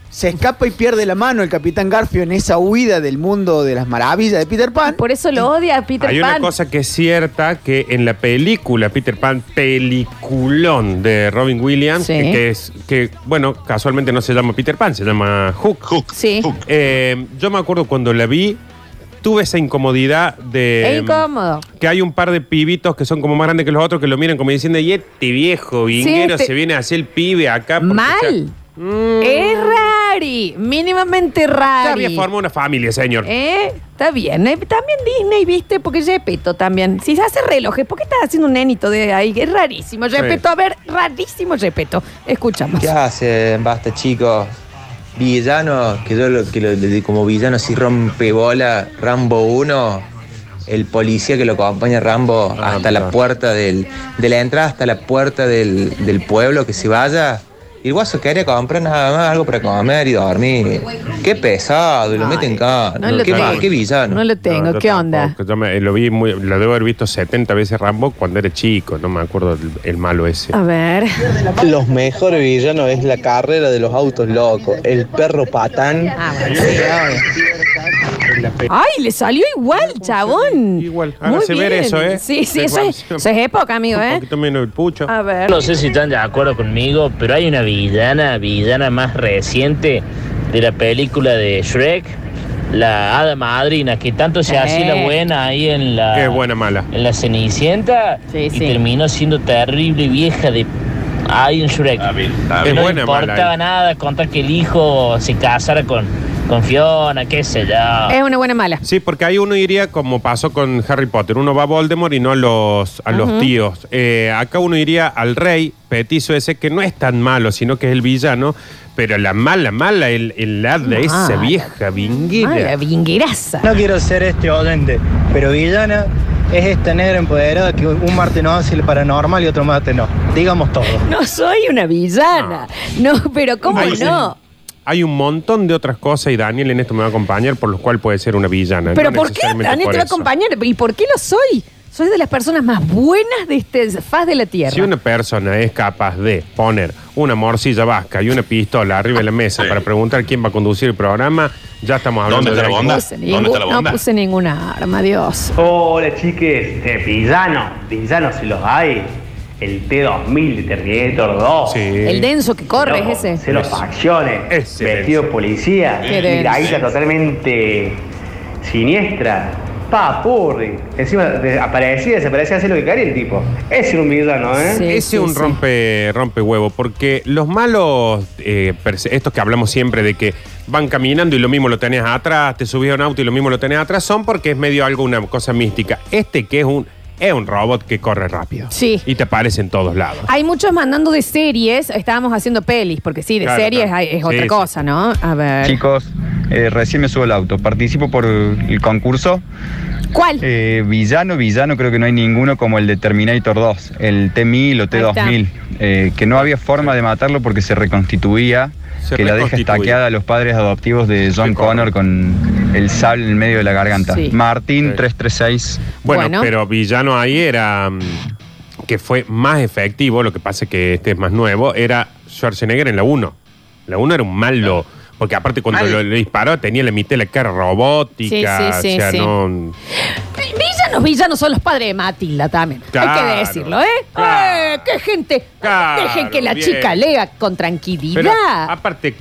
Speaker 7: Se escapa y pierde la mano el Capitán Garfio en esa huida del mundo de las maravillas de Peter Pan.
Speaker 1: Por eso lo odia a Peter
Speaker 5: Hay
Speaker 1: Pan.
Speaker 5: una cosa que es cierta que en la película Peter Pan, peliculón de Robin Williams,
Speaker 1: Sí.
Speaker 5: que, que es que bueno, casualmente no se llama Peter Pan, se llama Hook.
Speaker 8: Hook.
Speaker 1: Sí.
Speaker 8: Hook.
Speaker 5: Eh, yo me acuerdo cuando la vi, tuve esa incomodidad de
Speaker 1: Es E incómodo.
Speaker 5: que hay un par de pibitos que son como más grandes que los otros que lo miran como diciendo, y este viejo vinguero
Speaker 1: este-
Speaker 5: se viene a hacer el pibe acá. porque Mm.
Speaker 1: Mal. Es rari. Mínimamente
Speaker 5: Ya, ya
Speaker 1: rari.
Speaker 5: había formado una familia, señor.
Speaker 1: ¿Eh? Está bien. Eh, También Disney, ¿viste? Porque Repeto también. Si se hace relojes, ¿por qué estás haciendo un nenito de ahí? Es rarísimo. Repeto, a ver, rarísimo Repeto. Escuchamos.
Speaker 12: ¿Qué hacen, basta chicos? Villano, que yo lo, que lo- le- como villano así rompe bola, Rambo 1, el policía que lo acompaña a Rambo
Speaker 5: Ah,
Speaker 12: hasta la
Speaker 5: mira.
Speaker 12: puerta del, de la entrada hasta la puerta del, del pueblo, que se vaya. Y el guaso quería comprar nada más algo para comer y dormir. Qué pesado, y lo meten acá.
Speaker 1: No lo
Speaker 12: qué,
Speaker 1: tengo.
Speaker 12: mal, qué villano.
Speaker 1: No lo tengo.
Speaker 5: No, yo
Speaker 1: ¿Qué onda?
Speaker 5: tampoco. Yo me- lo vi muy, lo debo haber visto 70 veces Rambo cuando era chico, no me acuerdo el, el malo ese.
Speaker 1: A ver.
Speaker 11: Los mejores villanos es la carrera de los autos locos, el perro patán.
Speaker 1: Ah, bueno, sí. Ay, le salió igual, chabón.
Speaker 5: Igual,
Speaker 1: Muy
Speaker 5: hágase ver
Speaker 1: bien.
Speaker 5: eso, ¿eh?
Speaker 1: Sí, sí,
Speaker 5: De
Speaker 1: eso es,
Speaker 5: Rambo.
Speaker 1: eso es época, amigo,
Speaker 5: Un
Speaker 1: ¿eh?
Speaker 5: poquito menos el pucho.
Speaker 1: A ver.
Speaker 13: No sé si están de acuerdo conmigo, pero hay una villana, villana más reciente de la película de Shrek, la hada madrina, que tanto se
Speaker 1: Eh.
Speaker 13: hacía la buena ahí en la,
Speaker 1: Ah.
Speaker 5: Qué buena mala.
Speaker 13: en la Cenicienta
Speaker 1: Sí,
Speaker 13: y
Speaker 1: sí.
Speaker 13: terminó siendo terrible vieja de ahí en Shrek.
Speaker 8: Está bien, está
Speaker 5: Es
Speaker 8: bien.
Speaker 13: no
Speaker 5: Ah, buena, mala,
Speaker 13: importaba
Speaker 5: eh.
Speaker 13: nada contar que el hijo se casara con, con Fiona, qué sé yo.
Speaker 1: Es una buena mala.
Speaker 5: Sí, porque ahí uno iría como pasó con Harry Potter. Uno va a Voldemort y no a los, a los tíos. Eh, acá uno iría al rey petizo ese, que no es tan malo, sino que es el villano. Pero la mala, mala, el, el hada de esa
Speaker 1: Mala.
Speaker 5: vieja
Speaker 1: Mala
Speaker 5: vinguera.
Speaker 1: vingueraza.
Speaker 11: No quiero ser este oyente, pero villana es esta negra empoderada que un martes no hace el paranormal y otro martes no. Digamos todo.
Speaker 1: No soy una villana. No, pero ¿cómo
Speaker 5: Ahí sí.
Speaker 1: no?
Speaker 5: hay un montón de otras cosas y Daniel en esto me va a acompañar, por lo cual puede ser una villana.
Speaker 1: Pero
Speaker 5: no
Speaker 1: ¿por qué
Speaker 5: necesariamente
Speaker 1: Daniel
Speaker 5: por
Speaker 1: te va a
Speaker 5: eso.
Speaker 1: acompañar? ¿Y por qué lo soy? Soy de las personas más buenas de este faz de la tierra.
Speaker 5: Si una persona es capaz de poner una morcilla vasca y una pistola arriba de la mesa para preguntar quién va a conducir el programa, ya estamos hablando
Speaker 8: ¿Dónde está
Speaker 5: de
Speaker 8: la
Speaker 5: alguien.
Speaker 8: onda?
Speaker 1: No puse ningún- No puse ninguna arma, Dios.
Speaker 14: Hola chiques, eh, Pillano, Pillano si los hay. El T2000 de Terminator 2.
Speaker 1: El denso que corre
Speaker 14: Loco,
Speaker 1: es ese.
Speaker 14: Cero facciones. vestido de policía.
Speaker 1: Qué denso.
Speaker 14: Miradita totalmente siniestra. Papurri. Encima de- aparecía, desaparecía, hace lo que quería el tipo. Ese era un villano, ¿eh?
Speaker 5: Ese es un rompe, rompe huevo, porque los malos, eh, perse- estos que hablamos siempre de que van caminando y lo mismo lo tenés atrás, te subís a un auto y lo mismo lo tenés atrás, son porque es medio algo, una cosa mística. Este que es un, es un robot que corre rápido.
Speaker 1: Sí.
Speaker 5: Y te aparece en todos lados.
Speaker 1: Hay muchos mandando de series. Estábamos haciendo pelis, porque sí, de
Speaker 15: Claro,
Speaker 1: series
Speaker 15: claro.
Speaker 1: hay- es
Speaker 15: Sí,
Speaker 1: otra
Speaker 15: sí.
Speaker 1: cosa, ¿no? A ver.
Speaker 15: Chicos, eh, recién me subo al auto. Participo por el concurso.
Speaker 1: ¿Cuál?
Speaker 15: villano, villano, creo que no hay ninguno como el de Terminator 2, el T-1000 o T-2000, eh, que no había forma de matarlo porque se reconstituía,
Speaker 5: Se
Speaker 15: que la deja
Speaker 5: reconstituía.
Speaker 15: estaqueada a los padres adoptivos de John Connor con el sable en el medio de la garganta.
Speaker 5: Sí.
Speaker 15: Martín
Speaker 5: Sí.
Speaker 15: 336.
Speaker 5: Bueno, pero villano ahí era mm, que fue más efectivo, lo que pasa es que este es más nuevo, era Schwarzenegger en la 1. La 1 era un malo, porque aparte cuando lo, le disparó tenía la mitad de la cara robótica,
Speaker 1: Sí, sí, sí,
Speaker 5: o sea,
Speaker 1: sí.
Speaker 5: no...
Speaker 1: Villanos, villanos son los padres de Matilda también. Hay
Speaker 5: Claro.
Speaker 1: que decirlo, ¿eh? ¡Eh! ¡Qué gente!
Speaker 5: Claro,
Speaker 1: Dejen que la
Speaker 5: bien.
Speaker 1: chica lea con
Speaker 5: Pero
Speaker 1: tranquilidad.
Speaker 5: aparte,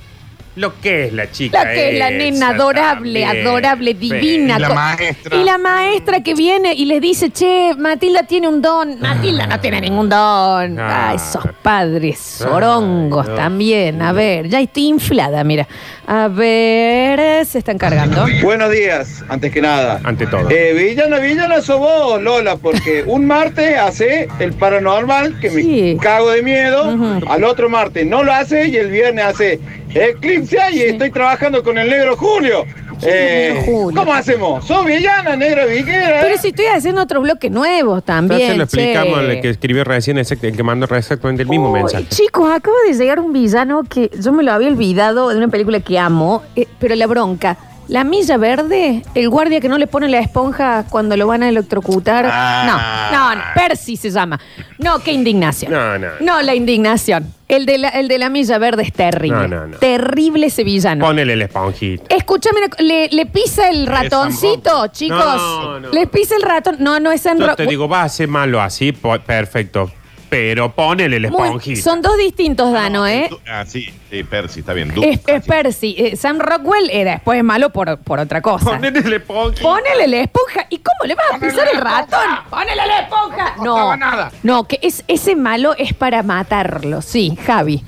Speaker 5: lo que es la chica.
Speaker 1: La que es la
Speaker 5: esa
Speaker 1: nena adorable,
Speaker 5: también,
Speaker 1: adorable,
Speaker 5: pero-
Speaker 1: divina.
Speaker 5: Y la
Speaker 1: con-
Speaker 5: maestra.
Speaker 1: Y la maestra que viene y les dice, che, Matilda tiene un don. Matilda no tiene ningún don.
Speaker 5: Ah.
Speaker 1: Ay, esos padres sorongos
Speaker 16: Ay, no.
Speaker 1: también. A ver, ya estoy inflada, mira. A ver, eh, se están cargando.
Speaker 16: Buenos días, antes que nada.
Speaker 5: Ante todo.
Speaker 16: Eh, villana, villana sos vos, Lola, porque un martes hace el paranormal, que me cago de miedo, al otro martes no lo hace y el viernes hace eclipse y estoy trabajando con el negro Julio. Eh, ¿Cómo hacemos? ¿Sos villana, negra viguera?
Speaker 1: Pero si estoy haciendo otros bloques nuevos
Speaker 5: Entonces
Speaker 1: también.
Speaker 5: lo
Speaker 1: che.
Speaker 5: explicamos al que escribió recién, exact- el que mandó exactamente el mismo mensaje.
Speaker 1: Chicos, acaba de llegar un villano que yo me lo había olvidado de una película que amo, eh, pero la bronca. La milla verde, el guardia que no le pone la esponja cuando lo van a electrocutar. No, no, no, Percy se llama. No, qué indignación.
Speaker 5: Ah. No, no.
Speaker 1: No, la indignación. El de la, el de la milla verde es terrible.
Speaker 5: No, no, no.
Speaker 1: Terrible ese villano.
Speaker 5: Ponele la esponjita.
Speaker 1: Escúchame, una co- le, le pisa el ratoncito, chicos.
Speaker 5: No, no.
Speaker 1: Les pisa el ratón. No, no es en
Speaker 5: Yo
Speaker 1: ro-
Speaker 5: te digo, va a ser malo así, po- perfecto. Pero ponele la
Speaker 1: Muy-
Speaker 5: esponjita.
Speaker 1: son dos distintos, Dano, ¿eh?
Speaker 8: Ah, sí, sí, Percy, está bien. Du-
Speaker 1: Es, es Percy. Eh, Sam Rockwell era después es malo por, por otra cosa.
Speaker 5: [LAUGHS] Ponele la esponja.
Speaker 1: Ponele la esponja. ¿Y cómo le vas a pisar el ratón? Ponele la esponja. No, no, que es, ese malo es para matarlo. Sí, Javi.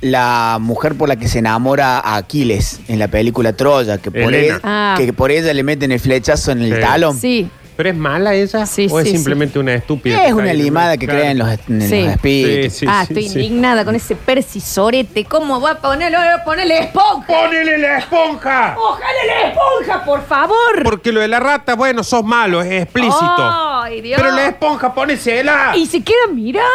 Speaker 7: La mujer por la que se enamora a Aquiles en la película Troya, que por,
Speaker 5: Helena.
Speaker 7: él-
Speaker 1: Ah.
Speaker 7: que por ella le meten el flechazo en el
Speaker 5: Sí.
Speaker 7: talón.
Speaker 1: Sí.
Speaker 5: ¿Pero es mala ella?
Speaker 1: Sí,
Speaker 5: ¿O es
Speaker 1: sí,
Speaker 5: simplemente una estúpida? que
Speaker 7: Es una
Speaker 5: cae en el
Speaker 7: limada que
Speaker 5: mercado?
Speaker 7: creen los, en
Speaker 1: Sí.
Speaker 7: los espíritus.
Speaker 5: Sí, sí,
Speaker 1: ah,
Speaker 5: sí,
Speaker 1: estoy
Speaker 5: sí.
Speaker 1: indignada con ese Percy Sorete. ¿Cómo va a ponerlo? Ponele esponja.
Speaker 5: Ponele la esponja.
Speaker 1: Ojalá la esponja, por favor.
Speaker 5: Porque lo de la rata, bueno, sos malo, es explícito.
Speaker 1: Ay, Dios.
Speaker 5: Pero la esponja, ponésela.
Speaker 1: Y se queda mirando.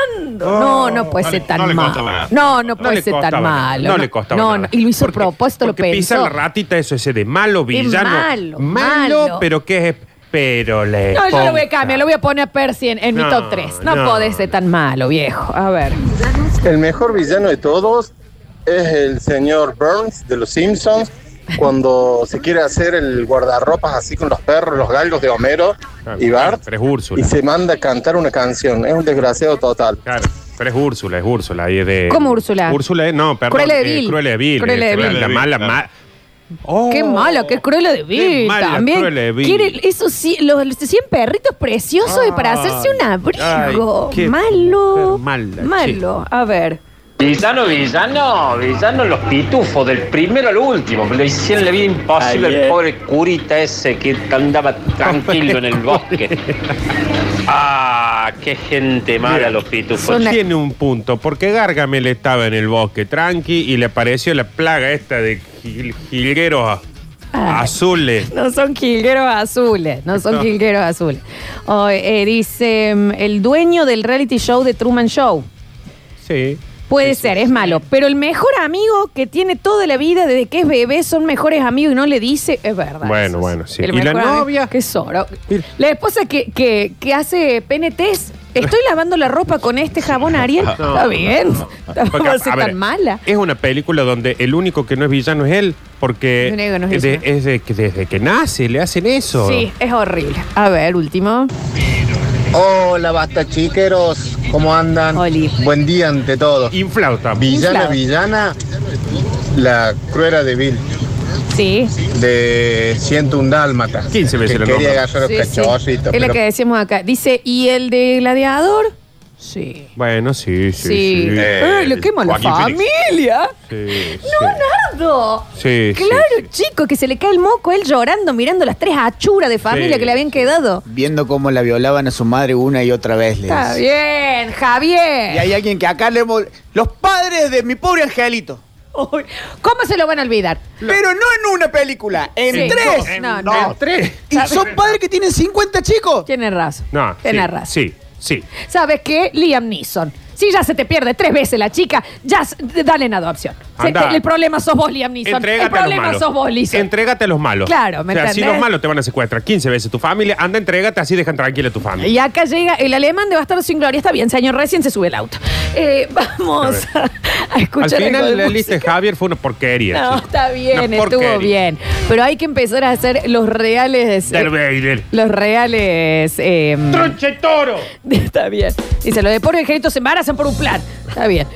Speaker 5: Oh.
Speaker 1: no, no puede
Speaker 5: No
Speaker 1: ser
Speaker 5: le-
Speaker 1: tan
Speaker 5: no le
Speaker 1: malo.
Speaker 5: costaba nada.
Speaker 1: No, no
Speaker 5: No
Speaker 1: puede
Speaker 5: le
Speaker 1: ser
Speaker 5: costaba
Speaker 1: tan
Speaker 5: nada.
Speaker 1: malo.
Speaker 5: No le costaba
Speaker 1: No,
Speaker 5: nada.
Speaker 1: no. Y lo hizo a propósito, lo
Speaker 5: Porque pisa
Speaker 1: pensó.
Speaker 5: la ratita, eso ese de malo, villano.
Speaker 1: malo, malo.
Speaker 5: pero ¿qué es? Pero la
Speaker 1: No,
Speaker 5: esponja.
Speaker 1: yo lo voy a cambiar, lo voy a poner a Percy en, en mi
Speaker 5: No,
Speaker 1: top 3. No,
Speaker 5: no.
Speaker 1: podés ser tan malo, viejo. A ver.
Speaker 17: El mejor villano de todos es el señor Burns de los Simpsons cuando se quiere hacer el guardarropas así con los perros, los galgos de Homero y Bart
Speaker 5: Pero es Úrsula.
Speaker 17: y se manda a cantar una canción. Es un desgraciado total.
Speaker 5: Claro, pero es Úrsula, es Úrsula. Y es de,
Speaker 1: ¿Cómo Úrsula?
Speaker 5: Úrsula, es- no, perdón.
Speaker 1: Cruella de
Speaker 5: eh,
Speaker 1: Vil.
Speaker 5: Cruella de Vil.
Speaker 1: Cruella
Speaker 5: eh,
Speaker 1: de
Speaker 5: Cruella
Speaker 1: Vil.
Speaker 5: La mala, ma-
Speaker 1: Qué malo, qué cruel de
Speaker 5: Oh. Qué
Speaker 1: Vil.
Speaker 5: mala
Speaker 1: También.
Speaker 5: Cruella de Vil.
Speaker 1: Quiere esos ci- los, los 100 perritos preciosos de para hacerse un abrigo.
Speaker 5: Ay, qué
Speaker 1: malo.
Speaker 5: mala,
Speaker 1: malo. A ver.
Speaker 18: Villano, villano, villano los pitufos, del primero al último, que le hicieron la vida imposible al pobre curita ese que andaba tranquilo en el bosque. [LAUGHS] Ah, qué gente mala los pitufos.
Speaker 5: Pues tiene un punto, porque Gargamel estaba en el bosque tranqui y le apareció la plaga esta de gil- jilgueros
Speaker 1: Ah.
Speaker 5: a- azules.
Speaker 1: No son jilgueros azules, no son
Speaker 5: No.
Speaker 1: jilgueros azules. Oh, eh, dice mm, el dueño del reality show de Truman Show. [LAUGHS]
Speaker 5: Sí.
Speaker 1: Puede ser, es malo. Pero el mejor amigo que tiene toda la vida desde que es bebé son mejores amigos y no le dice, es verdad.
Speaker 5: Bueno, bueno, sí.
Speaker 1: El
Speaker 5: Y la
Speaker 1: mejor amigo-
Speaker 5: novia.
Speaker 1: Qué zorro. La esposa que, que, que hace PNTs. Estoy lavando la ropa con este jabón Ariel.
Speaker 5: No.
Speaker 1: Está bien.
Speaker 5: Porque,
Speaker 1: Tampoco va a ser
Speaker 5: a ver,
Speaker 1: tan mala.
Speaker 5: Es una película donde el único que no es villano es él, porque
Speaker 1: El negro no es
Speaker 5: de-
Speaker 1: villano.
Speaker 5: es de que desde que nace le hacen eso.
Speaker 1: Sí, es horrible. A ver, último.
Speaker 17: Hola, basta chiqueros, ¿cómo andan? Buen día ante todo.
Speaker 5: Inflauta.
Speaker 17: Villana,
Speaker 1: Inflauta.
Speaker 17: villana, la cruera de Bill.
Speaker 1: Sí.
Speaker 17: De Siento un Dálmata. 15
Speaker 5: veces
Speaker 17: que
Speaker 5: lo
Speaker 17: quería
Speaker 5: nombra.
Speaker 17: agarrar los
Speaker 1: Sí, sí.
Speaker 17: cachorritos.
Speaker 1: Es la
Speaker 17: pero-
Speaker 1: que decíamos acá. Dice, ¿y el de gladiador? Sí.
Speaker 5: Bueno, sí, sí.
Speaker 1: Sí.
Speaker 5: sí.
Speaker 1: Eh, lo quema la familia.
Speaker 5: Sí,
Speaker 1: ¡Leonardo!
Speaker 5: sí, sí,
Speaker 1: Claro, chico, que se le cae el moco, él llorando, mirando las tres achuras de familia
Speaker 7: Sí.
Speaker 1: que le habían quedado.
Speaker 7: Viendo cómo la violaban a su madre una y otra vez. le
Speaker 1: Está
Speaker 7: dice.
Speaker 1: bien, Javier.
Speaker 7: Y hay alguien que acá le mol- Los padres de mi pobre angelito.
Speaker 1: Uy, ¿Cómo se lo van a olvidar?
Speaker 7: Pero no en una película, en
Speaker 1: Sí.
Speaker 7: tres.
Speaker 1: En No, no.
Speaker 5: tres.
Speaker 7: Y son padres que tienen 50 chicos.
Speaker 1: Tienes razón.
Speaker 5: No,
Speaker 1: Tenés
Speaker 5: sí,
Speaker 1: razón.
Speaker 5: Sí, sí.
Speaker 1: ¿Sabes qué? Liam Neeson. Si ya se te pierde tres veces la chica, ya s- dale en adopción. Se
Speaker 5: Anda.
Speaker 1: te- el problema sos vos, Liam Neeson. el
Speaker 5: Entrégate a los
Speaker 1: problema
Speaker 5: malos.
Speaker 1: sos vos, Lison.
Speaker 5: Entrégate a los malos.
Speaker 1: Claro, ¿me
Speaker 5: O sea, si
Speaker 1: entendés?
Speaker 5: los malos te van a secuestrar 15 veces tu familia, anda, entrégate, así dejan tranquila a tu familia.
Speaker 1: Y acá llega el alemán de Bastardo sin Gloria. Está bien, señor, recién se sube el auto. Eh, [LAUGHS] vamos a, a
Speaker 5: Al
Speaker 1: escuchar algo de
Speaker 5: final la
Speaker 1: música.
Speaker 5: lista de Javier fue una porquería.
Speaker 1: No,
Speaker 5: chico.
Speaker 1: está bien,
Speaker 5: Una
Speaker 1: estuvo
Speaker 5: porquería.
Speaker 1: bien. Pero hay que empezar a hacer los reales.
Speaker 5: Darth Vader.
Speaker 1: Los reales. Eh, [LAUGHS]
Speaker 5: ¡Tronche toro!
Speaker 1: Está bien. Dice, lo de pobre angelito se embarazan por un plan. Está bien.